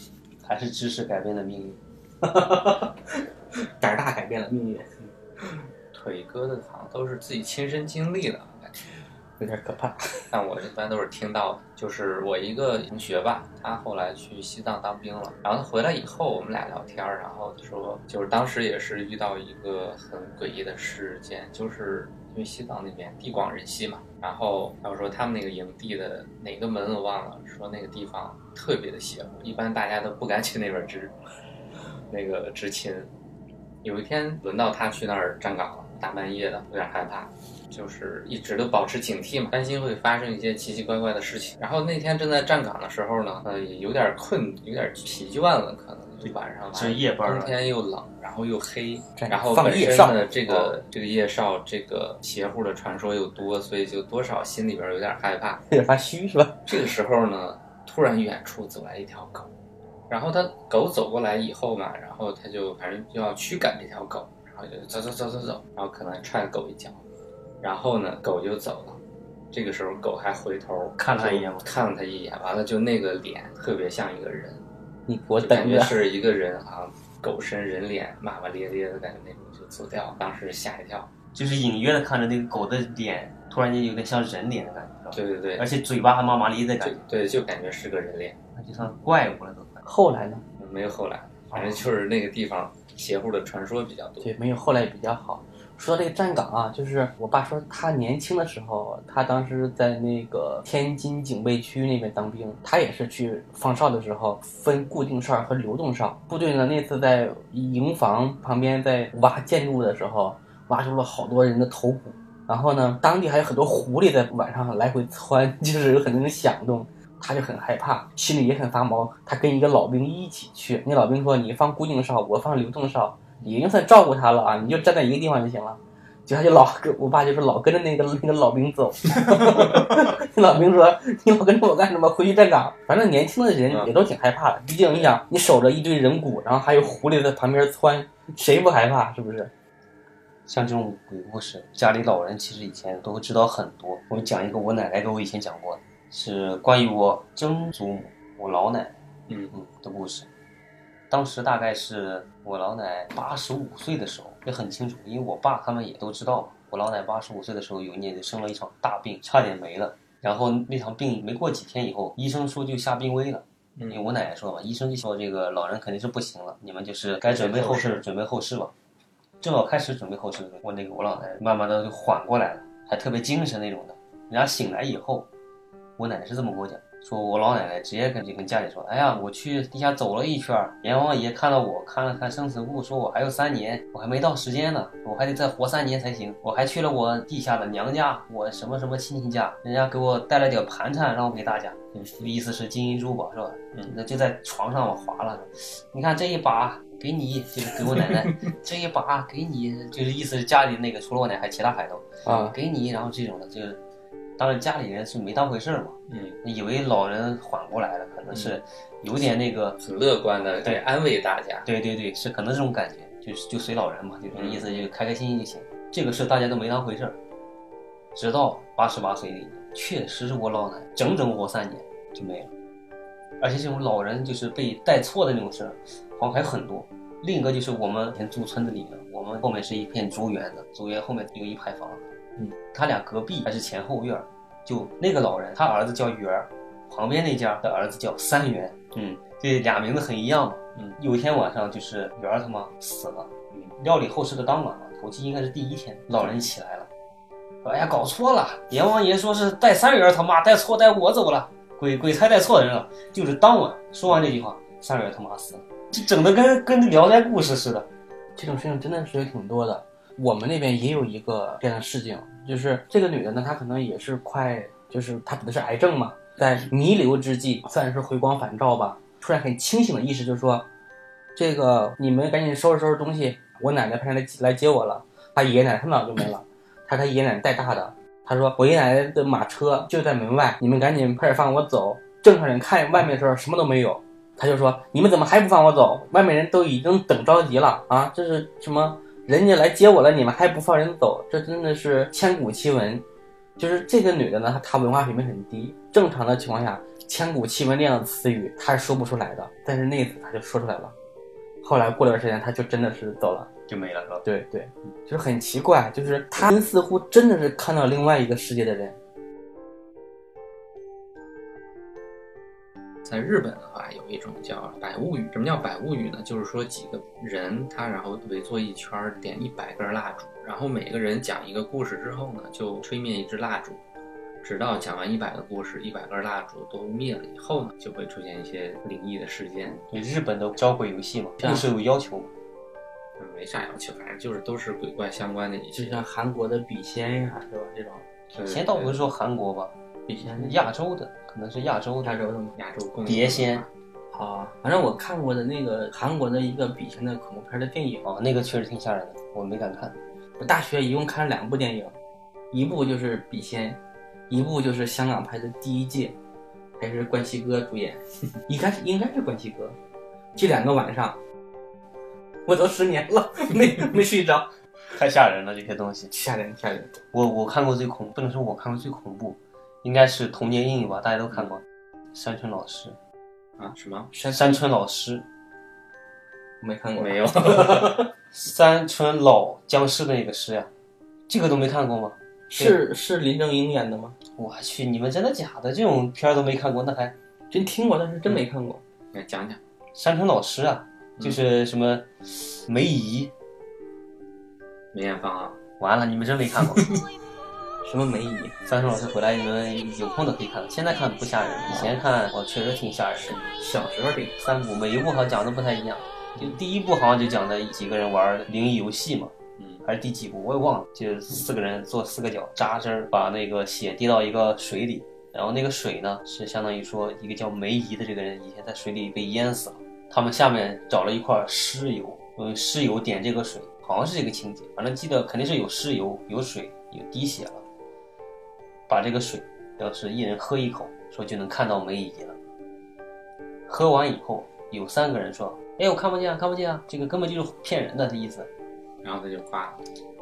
A: 还是知识改变了命运。
C: 胆儿大改变了命运，
B: 腿哥的好像都是自己亲身经历的，感觉
C: 有点可怕。
B: 但我一般都是听到的。就是我一个同学吧，他后来去西藏当兵了，然后他回来以后，我们俩聊天儿，然后他说，就是当时也是遇到一个很诡异的事件，就是因为西藏那边地广人稀嘛，然后他说他们那个营地的哪个门我忘了，说那个地方特别的邪乎，一般大家都不敢去那边支那个执勤。有一天轮到他去那儿站岗了，大半夜的有点害怕，就是一直都保持警惕嘛，担心会发生一些奇奇怪怪的事情。然后那天正在站岗的时候呢，呃，也有点困，有点疲倦了，可能就晚上
A: 值夜班了
B: 冬天又冷，然后又黑，
C: 站
B: 然后
C: 放
B: 本
C: 夜
B: 身
C: 哨
B: 呢，这个这个夜少这个邪乎的传说又多，所以就多少心里边有点害怕。
C: 有点发虚是吧？
B: 这个时候呢，突然远处走来一条狗，然后他狗走过来以后嘛，然后他就反正就要驱赶这条狗，然后就走走走走走，然后可能踹狗一脚，然后呢狗就走了。这个时候狗还回头
A: 看了他一眼吗
B: 看了他一眼，完了就那个脸特别像一个人，
C: 你给我
B: 就感
C: 等
B: 觉
C: 着，
B: 是一个人啊，狗身人脸，骂骂咧咧的感觉那种就走掉，当时吓一跳。
A: 就是隐约的看着那个狗的脸，突然间有点像人脸的感觉，是吧
B: 对对对
A: 而，且嘴巴还麻麻咧咧的感
B: 就
A: 觉，
B: 对就感觉是个人脸。
A: 那就算怪物了都快。
C: 后来呢？
B: 没有后来，反正就是那个地方邪乎的传说比较多。
C: 对，没有后来比较好。说到这个站岗啊，就是我爸说他年轻的时候，他当时在那个天津警备区那边当兵，他也是去放哨的时候分固定哨和流动哨。部队呢那次在营房旁边在挖建筑的时候，挖出了好多人的头骨。然后呢，当地还有很多狐狸在晚上来回窜， 就是有很多人响动。他就很害怕，心里也很发毛。他跟一个老兵一起去，那老兵说：“你放固定哨，我放流动哨，你已经算照顾他了啊，你就站在一个地方就行了。”结果他就老跟我爸就说老跟着那个那个老兵走，那老兵说：“你老跟着我干什么？回去站岗。”反正年轻的人也都挺害怕的，毕竟你想，你守着一堆人骨，然后还有狐狸在旁边窜，谁不害怕？是不是？
A: 像这种鬼故事，家里老人其实以前都会知道很多。我讲一个我奶奶给我以前讲过的，是关于我曾祖母，我老奶奶。
B: 嗯，
A: 嗯的故事。当时大概是我老奶八十五岁的时候，也很清楚，因为我爸他们也都知道嘛。我老奶八十五岁的时候，有一年就生了一场大病，差点没了。然后那场病没过几天以后，医生说就下病危了。因为我奶奶说嘛，医生就说这个老人肯定是不行了，你们就是该准备后事，准备后事吧。正好开始准备后事，我那个我老奶奶慢慢的就缓过来了，还特别精神那种的。人家醒来以后，我奶奶是这么跟我讲，说我老奶奶直接跟就跟家里说，哎呀，我去地下走了一圈儿，阎王爷看到我看了看生死簿，说我还有三年，我还没到时间呢，我还得再活三年才行。我还去了我地下的娘家，我什么什么亲戚家，人家给我带了点盘缠让我给大家，意思是金银珠宝是吧？
B: 嗯
A: 那就在床上我划拉着，你看这一把。给你就是给我奶奶这一把，给你就是意思是家里那个除了我奶奶，还有其他孩子
C: 啊，
A: 给你，然后这种的就是，当时家里人是没当回事儿嘛，
B: 嗯，
A: 以为老人缓过来了，可能是有点那个，
B: 很乐观的
A: 对
B: 在安慰大家。
A: 对对对，是可能这种感觉，就是就随老人嘛，就是意思就开开心心就行。这个事大家都没当回事儿，直到八十八岁那年，确实是我老奶整整活三年就没了，而且这种老人就是被带错的那种事儿，好像还有很多。另一个就是我们以前住村子里面，我们后面是一片竹园的，竹园后面有一排房子，
B: 嗯，
A: 他俩隔壁还是前后院儿，就那个老人，他儿子叫圆儿，旁边那家的儿子叫三元，嗯，这俩名字很一样嘛。
B: 嗯
A: 有一天晚上，就是圆儿他妈死了，
B: 嗯
A: 料理后事的当晚嘛，头七应该是第一天，老人起来了，说：“哎呀，搞错了，阎王爷说是带三元儿他妈带错带我走了，鬼鬼差带错人了。”就是当晚说完这句话，三元儿他妈死了，这整的跟跟《聊斋故事》似的。
C: 这种事情真的是有挺多的。我们那边也有一个这样的事情，就是这个女的呢，她可能也是快，就是她得的是癌症嘛，在弥留之际，算是回光返照吧，突然很清醒的意识，就是说，这个你们赶紧收拾收拾东西，我奶奶派人来来接我了，她爷爷奶奶很早就没了，她是她爷爷奶奶带大的，她说我爷爷奶奶的马车就在门外，你们赶紧快点放我走。正常人看外面的时候什么都没有，他就说：“你们怎么还不放我走？外面人都已经等着急了啊！这是什么？人家来接我了，你们还不放人走？这真的是千古奇闻。”就是这个女的呢，她她文化水平很低，正常的情况下，千古奇闻这样的词语她是说不出来的，但是那一次她就说出来了。后来过了段时间，她就真的是走了。
A: 就没了是吧？
C: 对对，就是很奇怪，就是她似乎真的是看到另外一个世界的人。
B: 在日本的话，有一种叫百物语。什么叫百物语呢？就是说几个人他然后围坐一圈儿，点一百根蜡烛，然后每个人讲一个故事之后呢，就吹灭一支蜡烛，直到讲完一百个故事，一百根蜡烛都灭了以后呢，就会出现一些灵异的事件。
A: 对日本的招鬼游戏嘛，
C: 是啊
A: 故事有要求嘛。
B: 嗯没啥要求，反正就是都是鬼怪相关的一
C: 就
B: 些。
C: 像韩国的笔仙呀、是吧？这种
B: 对
A: 先倒不是说韩国吧，
C: 笔仙
A: 亚洲的可能是亚洲
C: 亚
A: 的，
C: 洲的吗？
B: 亚洲共
A: 碟仙
C: 啊，反正我看过的那个韩国的一个笔仙的恐怖片的电影，
A: 哦，那个确实挺吓人的，我没敢看。
C: 我大学一共看了两部电影，一部就是《笔仙》，一部就是香港拍的《第一届》，还是关西哥主演， 应该是应该是关西哥。这两个晚上，我都失眠了，没没睡着，
A: 太吓人了这些东西。
C: 吓人吓人。
A: 我我看过最恐，不能说我看过最恐怖，应该是《童年阴影》吧，大家都看过。山村老师，
B: 啊什么？
C: 山
A: 山村老师，
C: 没看过，
B: 没 有。
A: 山村老僵尸的那个师呀，这个都没看过吗？
C: 是是林正英演的吗？
A: 我去，你们真的假的？这种片儿都没看过，那还
C: 真听过，但是真没看过。
B: 来哎讲讲
A: 山村老师啊？就是什么梅姨，
B: 梅艳芳啊，
A: 完了，你们真没看过。
C: 什么梅姨？
A: 三顺老师回来，你们有空的可以看，现在看不吓人，以前看我确实挺吓人的。
C: 小时候这个
A: 三部每一部好像讲的不太一样，就第一部好像就讲的几个人玩灵异游戏嘛，
B: 嗯，
A: 还是第几部我也忘了，就是四个人做四个脚扎针儿，把那个血滴到一个水里，然后那个水呢是相当于说一个叫梅姨的这个人以前在水里被淹死了，他们下面找了一块尸油，用尸油点这个水，好像是这个情节，反正记得肯定是有尸油、有水、有滴血了，把这个水要是一人喝一口，说就能看到梅姨了。喝完以后，有三个人说：“哎，我看不见啊，看不见啊，这个根本就是骗人的这意思。”
B: 然后他就挂了。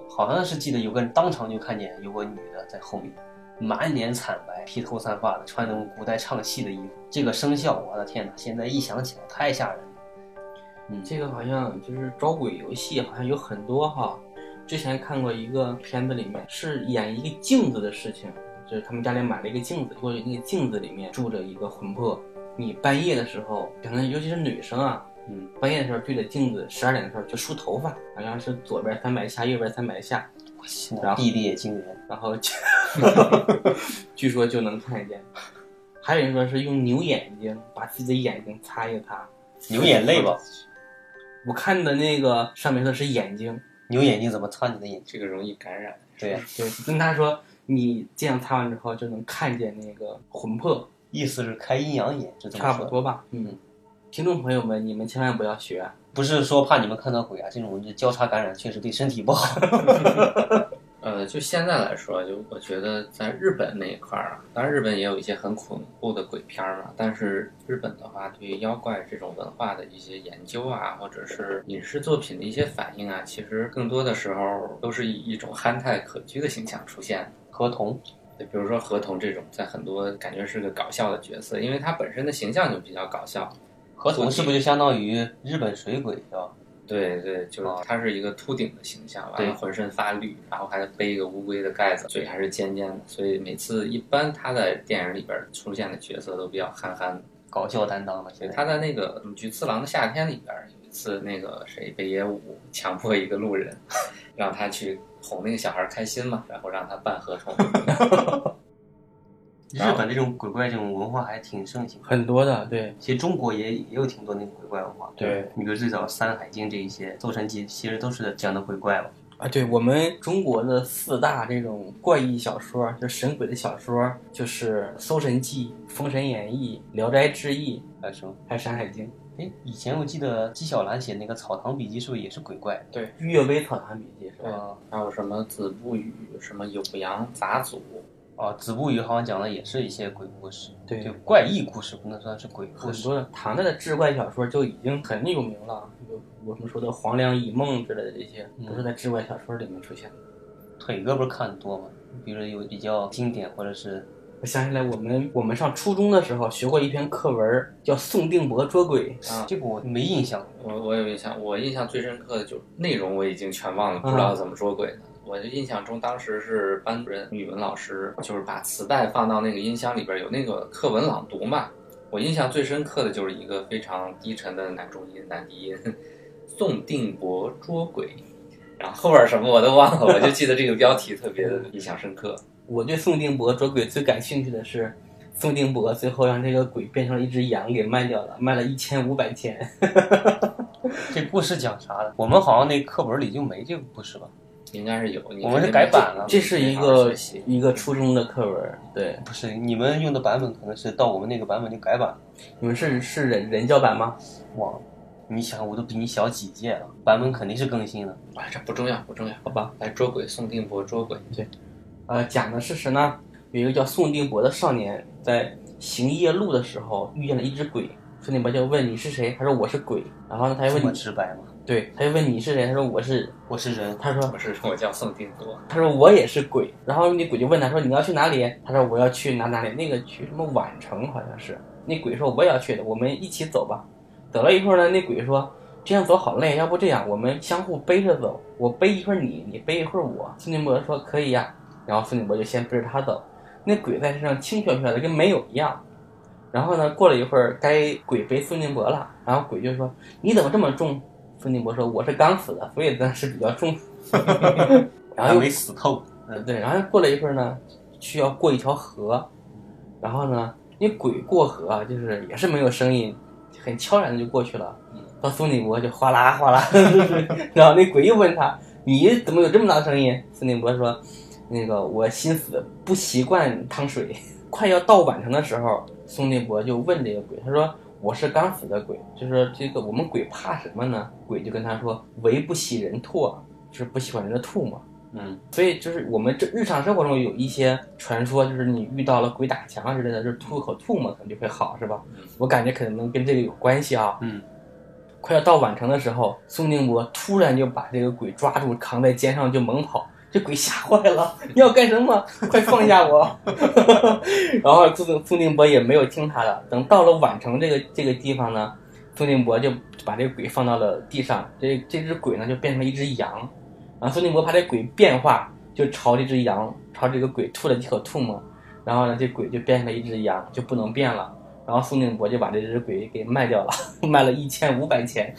A: 好像是记得有个人当场就看见有个女的在后面，满脸惨白，披头散发的，穿那种古代唱戏的衣服。这个生肖，我的天哪！现在一想起来太吓人了。嗯，
C: 这个好像就是招鬼游戏，好像有很多哈。之前看过一个片子，里面是演一个镜子的事情，就是他们家里买了一个镜子，或者那个镜子里面住着一个魂魄。你半夜的时候，可能尤其是女生啊，
A: 嗯，
C: 半夜的时候对着镜子，十二点的时候就梳头发，好像是左边三百下，右边三百下，
A: 我去，
C: 然
A: 那
C: 后
A: 臂力也惊人。
C: 然后就 据说就能看见。还有人说是用牛眼睛把自己的眼睛擦一擦，
A: 流眼泪吧，
C: 我看的那个上面说是眼睛。
A: 牛眼睛怎么擦你的眼睛？
B: 这个容易感染。
A: 对呀、
C: 对，跟他说你这样擦完之后就能看见那个魂魄，
A: 意思是开阴阳眼，是这么
C: 差
A: 说
C: 不
A: 的。
C: 多吧。嗯，听众朋友们，你们千万不要学啊，
A: 不是说怕你们看到鬼啊，这种就交叉感染确实对身体不好。
B: 呃，就现在来说，就我觉得在日本那一块儿啊，当然日本也有一些很恐怖的鬼片儿嘛，但是日本的话，对于妖怪这种文化的一些研究啊，或者是影视作品的一些反应啊，其实更多的时候都是以一种憨态可掬的形象出现的。
A: 合同
B: 就比如说合同这种，在很多感觉是个搞笑的角色，因为他本身的形象就比较搞笑。
A: 合同是不是就相当于日本水鬼，是吧？
B: 对对，就是它是一个秃顶的形象，完了
A: 对
B: 浑身发绿，然后还背一个乌龟的盖子，嘴还是尖尖的，所以每次一般他在电影里边出现的角色都比较憨憨的。
A: 搞笑担当了。
B: 所
A: 现
B: 以
A: 在
B: 他在那个《菊次郎的夏天》里边有一次，那个谁北野武强迫一个路人，让他去哄那个小孩开心嘛，然后让他办合同。
A: 日本这种鬼怪这种文化还挺盛行的，
C: 很多的，对
A: 其实中国也也有挺多那种鬼怪文化。
C: 对
A: 你比如最早《山海经》这一些《搜神记》，其实都是讲的鬼怪嘛。
C: 啊，对我们中国的四大这种怪异小说，就神鬼的小说，就是《搜神记》《封神演义》《聊斋志异
A: 还说，》
C: 还有《山海经》。
A: 哎，以前我记得纪晓岚写那个《草堂笔记》，是不是也是鬼怪？
C: 《阅微草堂笔记》是吧？
A: 啊
B: 还有什么子不语，什么酉阳杂俎，
A: 哦，子不语好像讲的也是一些鬼故事，
C: 对
A: 就怪异故事，不能算是鬼故
C: 很
A: 事。
C: 多的唐代的志怪小说就已经很有名了，有我们说的黄粱一梦之类的这些，
A: 嗯
C: 都是在志怪小说里面出现的。
A: 腿哥不是看的多吗？比如有比较经典或者是
C: 我想起来，我们我们上初中的时候学过一篇课文，叫《宋定伯捉鬼》。
B: 啊
A: 这个我没印象，
B: 我我有印象，我印象最深刻的就是内容我已经全忘了，不知道怎么捉鬼的。我的印象中，当时是班主任语文老师，就是把磁带放到那个音箱里边，有那个课文朗读嘛。我印象最深刻的就是一个非常低沉的男中音、男低音，宋定伯捉鬼，然后后边什么我都忘了，我就记得这个标题特别的印象深刻。
C: 我对宋定伯捉鬼最感兴趣的是，宋定伯最后让这个鬼变成了一只羊给卖掉了，卖了一千五百天。
A: 这故事讲啥的？我们好像那课本里就没这个故事吧？
B: 应该是有，你
A: 我们是
B: 肯定没
A: 改版了
C: 这是一
B: 啊没好好
C: 个
B: 学习
C: 一个初中的课文，对，
A: 不是，你们用的版本可能是到我们那个版本就改版了。
C: 你们是是人人教版吗？
A: 哇，你想我都比你小几届了，版本肯定是更新的。
B: 啊，这不重要，不重要。
C: 好吧，
B: 来捉鬼，宋定伯捉鬼。
C: 呃，讲的是谁呢？有一个叫宋定伯的少年，在行夜路的时候遇见了一只鬼。宋定伯就问你是谁，他说我是鬼。然后呢，他就
A: 这
C: 问
A: 么
C: 你，
A: 直白吗？
C: 对，他就问你是谁，他说我是，
A: 我是人，
C: 他说
B: 我是我叫宋定伯，
C: 他说我也是鬼，然后那鬼就问他说你要去哪里？他说我要去哪哪里，那个去什么宛城好像是。那鬼说我也要去的，我们一起走吧。走了一会儿呢，那鬼说这样走好累，要不这样我们相互背着走，我背一会儿你，你背一会儿我。孙定伯说可以呀、然后孙定伯就先背着他走，那鬼在身上轻飘飘的跟没有一样。然后呢，过了一会儿该鬼背孙定伯了，然后鬼就说你怎么这么重？孙定伯说我是刚死的，所以当时比较重。 然后
A: 还
C: 又
A: 没死透。嗯，
C: 对，然后过了一会儿呢，需要过一条河，然后呢，因为鬼过河啊，就是也是没有声音，很悄然的就过去了。到孙定伯就哗啦哗啦， 然后那鬼又问他：“你怎么有这么大声音？”孙定伯说：“那个我心死，不习惯趟水。”快要到晚上的时候，宋定伯就问这个鬼，他说：“我是刚死的鬼，就说这个我们鬼怕什么呢？”鬼就跟他说：“为不喜人唾，就是不喜欢人的吐嘛。”
A: 嗯，
C: 所以就是我们这日常生活中有一些传说，就是你遇到了鬼打墙啊之类的，就是吐口吐沫可能就会好，是吧
B: 嗯？
C: 我感觉可能跟这个有关系啊。
A: 嗯，
C: 快要到宛城的时候，宋定伯突然就把这个鬼抓住，扛在肩上就猛跑。这鬼吓坏了， 你要干什么？快放下我！ 然后宋定宋定伯也没有听他的。等到了宛城这个这个地方呢，宋定伯就把这个鬼放到了地上。这这只鬼呢就变成了一只羊，然后孙定伯怕这鬼变化，就朝这只羊，朝这个鬼吐了几口吐沫，然后呢，这鬼就变成了一只羊，就不能变了。然后宋定伯就把这只鬼给卖掉了， 卖了一千五百钱。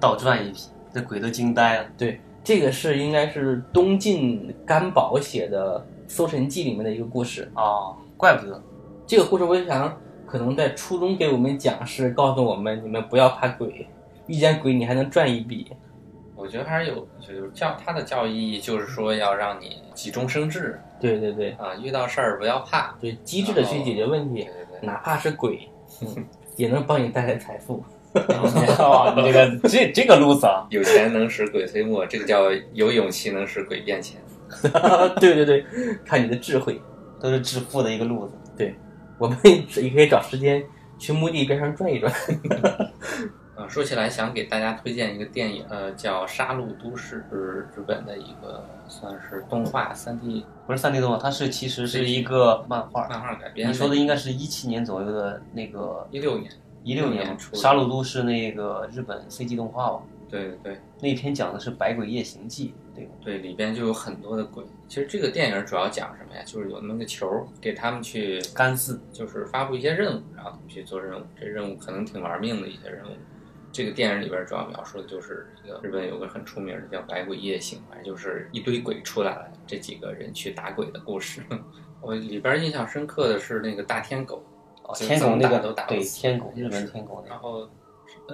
A: 倒赚一批，这鬼都惊呆了。
C: 对，这个是应该是东晋甘宝写的《搜神记》里面的一个故事。
A: 哦，怪不得。
C: 这个故事我想可能在初中给我们讲是告诉我们，你们不要怕鬼，遇见鬼你还能赚一笔。
B: 我觉得还是有，就是教他的教育意义，就是说要让你急中生智
C: 对对对，
B: 啊，遇到事儿不要怕。
C: 对，机智的去解决问题
B: 对，对对，
C: 哪怕是鬼，嗯也能帮你带来财富。
A: 哦，你这个这这个路子啊，
B: 有钱能使鬼推磨，这个叫有勇气能使鬼变钱。
C: 对对对，看你的智慧。
A: 都是致富的一个路子。
C: 我们也可以找时间去墓地边上转一转。
B: 啊，说起来想给大家推荐一个电影，呃，叫《杀戮都市》，是日本的一个算是动画三 D
A: 不是三 D 动画，它是其实是一个漫画。
B: 漫画改编。
A: 你说的应该是一七年左右的那个
B: 一六年，
A: 一六
B: 16年
A: 年
B: 出的
A: 杀戮都市》那个日本 CG 动画吧，
B: 对对对
A: 那篇讲的是《百鬼夜行记》，对吧？
B: 对，里边就有很多的鬼。其实这个电影主要讲什么呀？就是有那么个球儿给他们去
A: 干四
B: 就是发布一些任务，然后他们去做任务。这任务可能挺玩命的一些任务。这个电影里边主要描述的就是一个日本有个很出名的叫《百鬼夜行》，反正就是一堆鬼出来了，这几个人去打鬼的故事。 我里边印象深刻的是那个大天狗，
A: 哦，
B: 就
A: 天狗那
B: 怎么打都
A: 个
B: 打不啊
A: 对
B: 死
A: 天狗，日本天狗那个，
B: 然后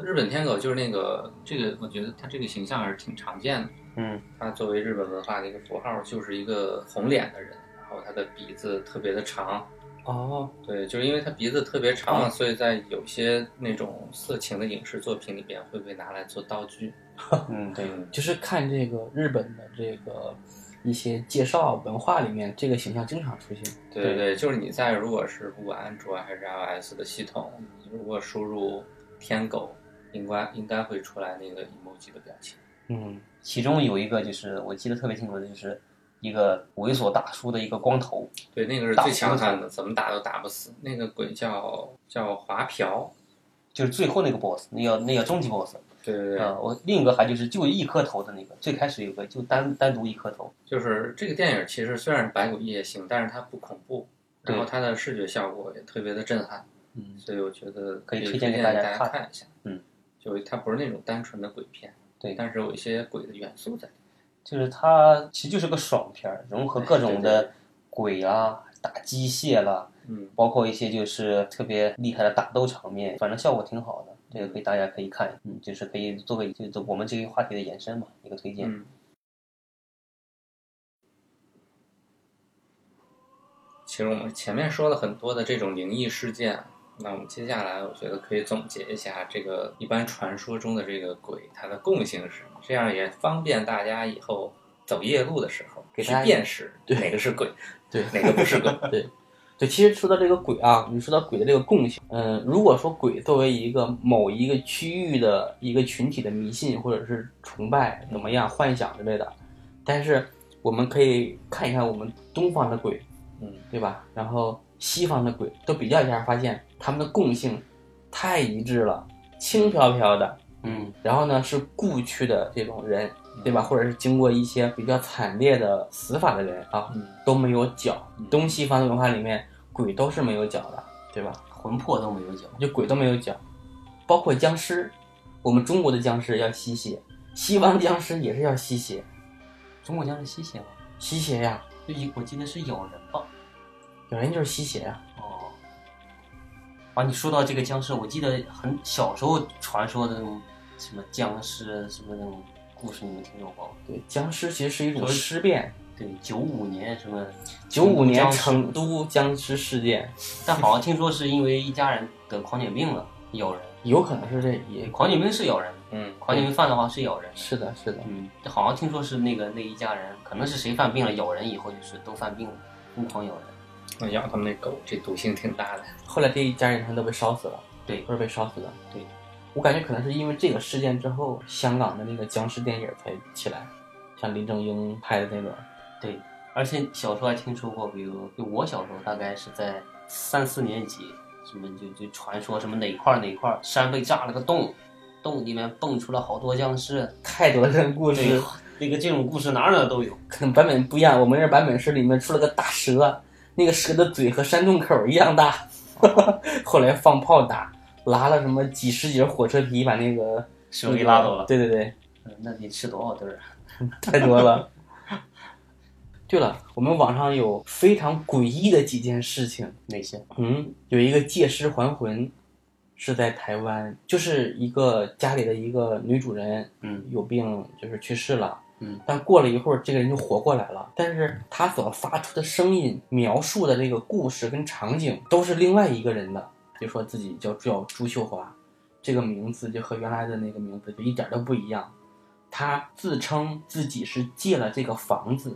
B: 日本天狗就是那个这个，我觉得它这个形象还是挺常见的。
A: 嗯，
B: 它作为日本文化的一个符号，就是一个红脸的人，然后他的鼻子特别的长，
C: 哦，
B: 对，就是因为他鼻子特别长嘛，
A: 哦
B: 所以在有些那种色情的影视作品里边会被拿来做道具。
A: 嗯，对，
C: 就是看这个日本的这个一些介绍文化里面，这个形象经常出现。
B: 对对对，就是你在如果是不管安卓还是 iOS 的系统，你如果输入“天狗”，应该应该会出来那个 emoji 的表情。
C: 嗯，
A: 其中有一个就是我记得特别清楚的就是一个猥琐大叔的一个光头，
B: 对，那个是最强悍的，怎么打都打不死。那个鬼叫叫华朴，
A: 就是最后那个 boss，那个那个终极 boss 啊、
B: 对对对，
A: 我另一个还就是就一颗头的那个，最开始有个就单单独一颗头，
B: 就是这个电影其实虽然是百鬼夜行，但是它不恐怖，然后它的视觉效果也特别的震撼，
A: 嗯，
B: 所以我觉得
A: 可以
B: 以
A: 推荐
B: 荐给
A: 给
B: 大
A: 大家看
B: 看一下。
A: 嗯，
B: 就它不是那种单纯的鬼片，
A: 对
B: 但是有一些鬼的元素在里面。
A: 就是它其实就是个爽片儿，融合各种
B: 哎对对
A: 的鬼啊、打机械啦、
B: 嗯，
A: 包括一些就是特别厉害的打斗场面，反正效果挺好的。这个可以，大家可以看，嗯，就是可以作为就是我们这个话题的延伸嘛，一个推荐。
B: 嗯。其实我们前面说了很多的这种灵异事件，那我们接下来我觉得可以总结一下这个一般传说中的这个鬼它的共性是什么，这样也方便大家以后走夜路的时候
C: 给
B: 去
C: 大家
B: 辨识哪个是鬼，
C: 对
B: 哪个不是鬼。
C: 对，其实说到这个鬼啊，你说到鬼的这个共性，嗯，如果说鬼作为一个某一个区域的一个群体的迷信或者是崇拜怎么样幻想之类的，但是我们可以看一看我们东方的鬼，
B: 嗯，
C: 对吧？然后西方的鬼都比较一下，发现他们的共性太一致了，轻飘飘的，
A: 嗯，
C: 然后呢是故去的这种人，对吧？或者是经过一些比较惨烈的死法的人啊，
B: 嗯
C: 都没有脚
B: 嗯。
C: 东西方的文化里面，鬼都是没有脚的，对吧？
A: 魂魄都没有讲，
C: 就鬼都没有脚，包括僵尸，我们中国的僵尸要吸血，西方僵尸也是要吸血，
A: 中国僵尸吸血吗？
C: 吸血呀，
A: 啊就一我记得是咬人吧？
C: 有人就是吸血呀。
A: 哦，啊，你说到这个僵尸，我记得很小时候传说的那种什么僵尸什么那种故事，你们听说过吗？
C: 对，僵尸其实是一种
A: 所以
C: 尸变。
A: 对，九五年什么，
C: 九五年
A: 僵尸
C: 成都僵尸事件，
A: 但好像听说是因为一家人得狂犬病了，咬人。
C: 有可能是这也
A: 狂犬病是咬人的，
B: 嗯，
A: 狂犬病犯的话是咬人的。
C: 是的，是的，
A: 嗯，好像听说是那个那一家人，可能是谁犯病了咬人，以后就是都犯病了，疯狂咬人。
B: 那咬他们那狗，这毒性挺大的。
C: 后来这一家人他都被烧死了，
A: 对
C: 都是被烧死的。
A: 对，
C: 我感觉可能是因为这个事件之后，香港的那个僵尸电影才起来，像林正英拍的那种。
A: 对，而且小时候还听说过，比如就我小时候大概是在三四年级，什么就就传说什么哪块儿哪块儿山被炸了个洞，洞里面蹦出了好多僵尸，
C: 太多的故
A: 对
C: 事，，
A: 那个这种故事哪儿哪儿都有。
C: 可能版本不一样。我们这版本是里面出了个大蛇，那个蛇的嘴和山洞口一样大， 后来放炮打，拉了什么几十节火车皮把那个
A: 蛇给拉走了
C: 对对对，
A: 嗯，那得吃多少顿儿啊？
C: 太多了。 对了，我们网上有非常诡异的几件事情，
A: 哪些？
C: 嗯，有一个借尸还魂，是在台湾，就是一个家里的一个女主人
A: 嗯
C: 有病，就是去世了。
A: 嗯，
C: 但过了一会儿，这个人就活过来了，但是他所发出的声音、描述的这个故事跟场景都是另外一个人的，就说自己叫叫朱秀华，这个名字就和原来的那个名字就一点都不一样。他自称自己是借了这个房子，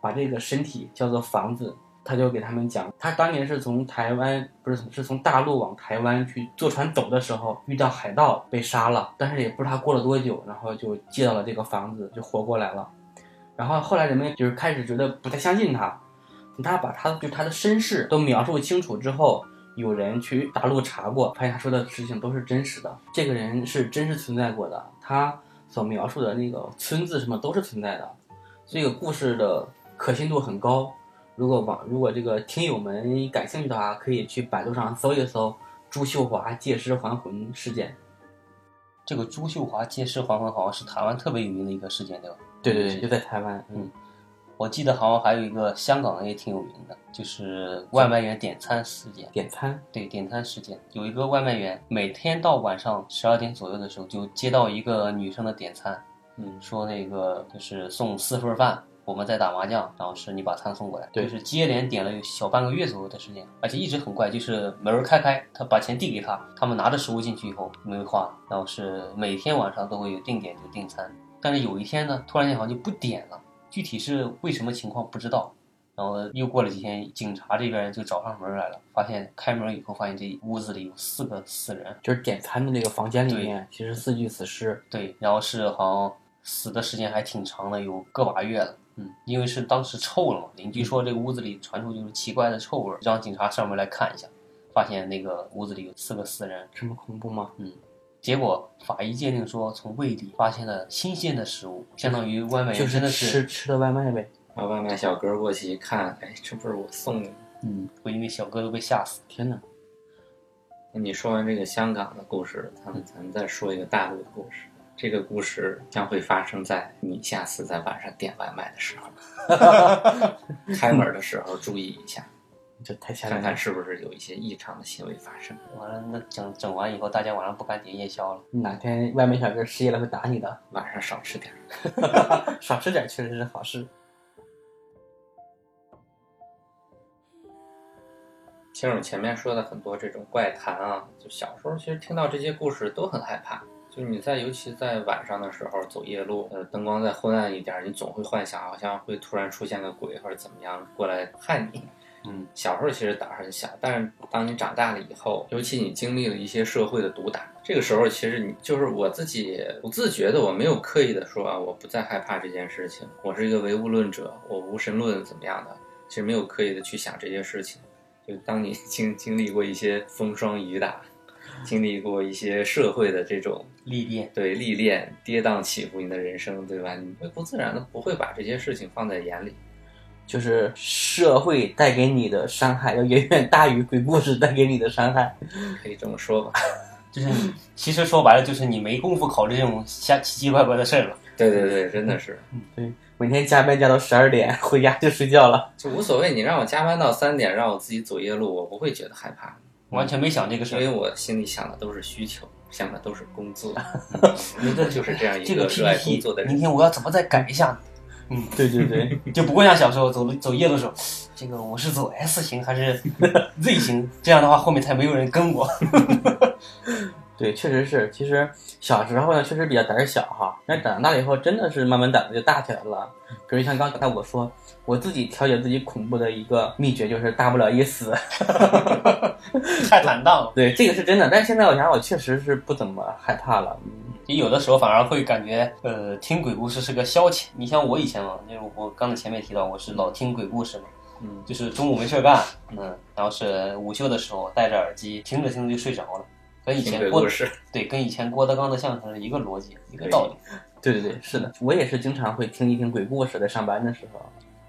C: 把这个身体叫做房子，他就给他们讲，他当年是从台湾，不是是从大陆往台湾去坐船走的时候，遇到海盗被杀了，但是也不知道他过了多久，然后就借到了这个房子，就活过来了。然后后来人们就是开始觉得不太相信他，等他把他就是他的身世都描述清楚之后，有人去大陆查过，发现他说的事情都是真实的，这个人是真实存在过的，他所描述的那个村子什么都是存在的，这个故事的可信度很高。如果网如果这个听友们感兴趣的话，可以去百度上搜一搜朱秀华借尸还魂事件。
A: 这个朱秀华借尸还魂好像是台湾特别有名的一个事件，对吧？
C: 对对对，就在台湾，嗯，
A: 我记得好像还有一个香港的也挺有名的，就是外卖员点餐事件。
C: 点餐，
A: 对，点餐事件有一个外卖员，每天到晚上十二点左右的时候，就接到一个女生的点餐，
B: 嗯，
A: 说那个就是送四份饭，我们在打麻将，然后是你把餐送过来。
C: 对
A: 就是接连点了有小半个月左右的时间，而且一直很怪，就是门开开，他把钱递给他，他们拿着食物进去以后没有花，然后是每天晚上都会有定点就订餐，但是有一天呢，突然间好像就不点了，具体是为什么情况不知道。然后又过了几天，警察这边就找上门来了，发现开门以后，发现这屋子里有四个死人，
C: 就是点餐的这个房间里面，其实四具死尸。
A: 对，然后是好像死的时间还挺长的，有个把月了。嗯，因为是当时臭了嘛，邻居说这个屋子里传出就是奇怪的臭味儿，让警察上门来看一下，发现那个屋子里有四个死人，
C: 这么恐怖吗？
A: 结果法医鉴定说从胃里发现了新鲜的食物，相当于外卖
C: 就
A: 员
C: 是
A: 真的
C: 吃吃的外卖呗。
B: 然后外卖小哥过去一看，哎，这不是我送的吗。
A: 嗯，估计那小哥都被吓死。
C: 天哪，
B: 那你说完这个香港的故事，咱们咱们再说一个大陆的故事。这个故事将会发生在你下次在晚上点外卖的时候，开门的时候注意一下，
C: 这太吓人
B: 看
C: 了！
B: 看是不是有一些异常的行为发生。
A: 完了，那整整完以后，大家晚上不敢点夜宵了。
C: 哪天外卖小哥失业了会打你的，
B: 晚上少吃点儿。
C: 少吃点确实是好事。
B: 其实我们前面说的很多这种怪谈啊，就小时候其实听到这些故事都很害怕。就你在尤其在晚上的时候走夜路，呃，灯光再昏暗一点儿，你总会幻想好像会突然出现个鬼或者怎么样过来害你。
A: 嗯，
B: 小时候其实胆儿很小，但是当你长大了以后，尤其你经历了一些社会的毒打，这个时候其实你就是我自己不自觉的，我没有刻意的说啊，我不再害怕这件事情，我是一个唯物论者，我无神论怎么样的，其实没有刻意的去想这些事情。就当你 经经历过一些风霜雨打，经历过一些社会的这种
A: 历练，
B: 对历练、跌宕起伏，你的人生对吧？你会不自然的不会把这些事情放在眼里。
C: 就是社会带给你的伤害要远远大于鬼故事带给你的伤害。
B: 可以这么说吧。
A: 就是你，其实说白了，就是你没工夫考虑这种瞎奇奇怪怪的事儿了。
B: 对对对，真的是，
C: 对，每天加班加到十二点，回家就睡觉 了。
B: 就无所谓。你让我加班到三点，让我自己走夜路，我不会觉得害怕，
A: 完全没想这个事
B: 因为
A: 儿，
B: 我心里想的都是需求，想的都是工作。
A: 没
B: 这就是这样一
A: 这
B: 个热爱工
A: PPT，
B: 作的
A: 明
B: 人。
A: 天我要怎么再改一下呢？
C: 对对对，
A: 就不会像小时候走路走夜路的时候，这个我是走 S 型还是 Z 型？这样的话后面才没有人跟我。
C: 对，确实是。其实小时候呢，确实比较胆儿小哈，但是长大了以后，真的是慢慢胆子就大起来了。比如像刚才我说，我自己调节自己恐怖的一个秘诀就是大不了一死。
A: 太坦荡了，
C: 对，这个是真的。但是现在我想，我确实是不怎么害怕了。嗯
A: 就有的时候反而会感觉，呃，听鬼故事是个消遣。你像我以前嘛，就是我刚才前面提到，我是老听鬼故事嘛，
B: 嗯，
A: 就是中午没事儿干，嗯，然后是午休的时候戴着耳机听着听着就睡着了，跟以
B: 听
A: 前
B: 鬼
A: 郭
B: 故事，
A: 对跟以前郭德纲的相声是一个逻辑一个道理，
C: 对对对，是的，我也是经常会听一听鬼故事，在上班的时候。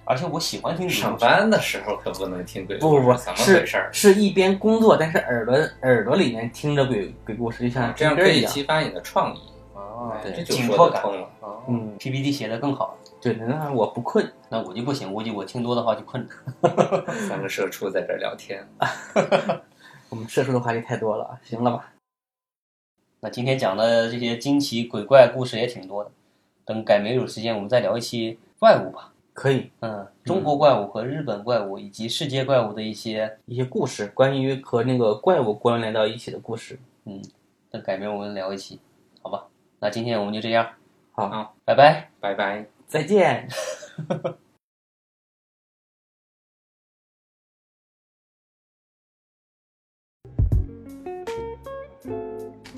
A: 而且我喜欢听鬼故事
B: 上班的时候可不能听鬼故
C: 不
B: 事，
C: 不不，
B: 怎么
C: 是
B: 回事儿？
C: 是一边工作，但是耳朵耳朵里面听着鬼鬼故事，就像
B: 这样
C: 听
B: 可
C: 歌一
B: 以
C: 样。
B: 激发你的创意，
A: 啊，
B: 哎这就
A: 紧
B: 说
A: 迫
B: 得
A: 感，
B: 通了。
A: 啊，
C: 嗯
A: ，PPT 写的更好，
C: 对，那我不困。
A: 那我就不行，估计我听多的话就困了。
B: 三个社畜在这儿聊天，
C: 我们社畜的话题太多了，行了吧？
A: 那今天讲的这些惊奇鬼怪故事也挺多的，等改没有时间我们再聊一期怪物吧。
C: 可以，
A: 嗯，中国怪物和日本怪物以及世界怪物的一些，
C: 一些故事关于和那个怪物关联到一起的故事。
A: 等改明儿我们聊一期，好吧？那今天我们就这样，
C: 好，
B: 好
A: 拜拜。
B: 拜拜。
C: 再见。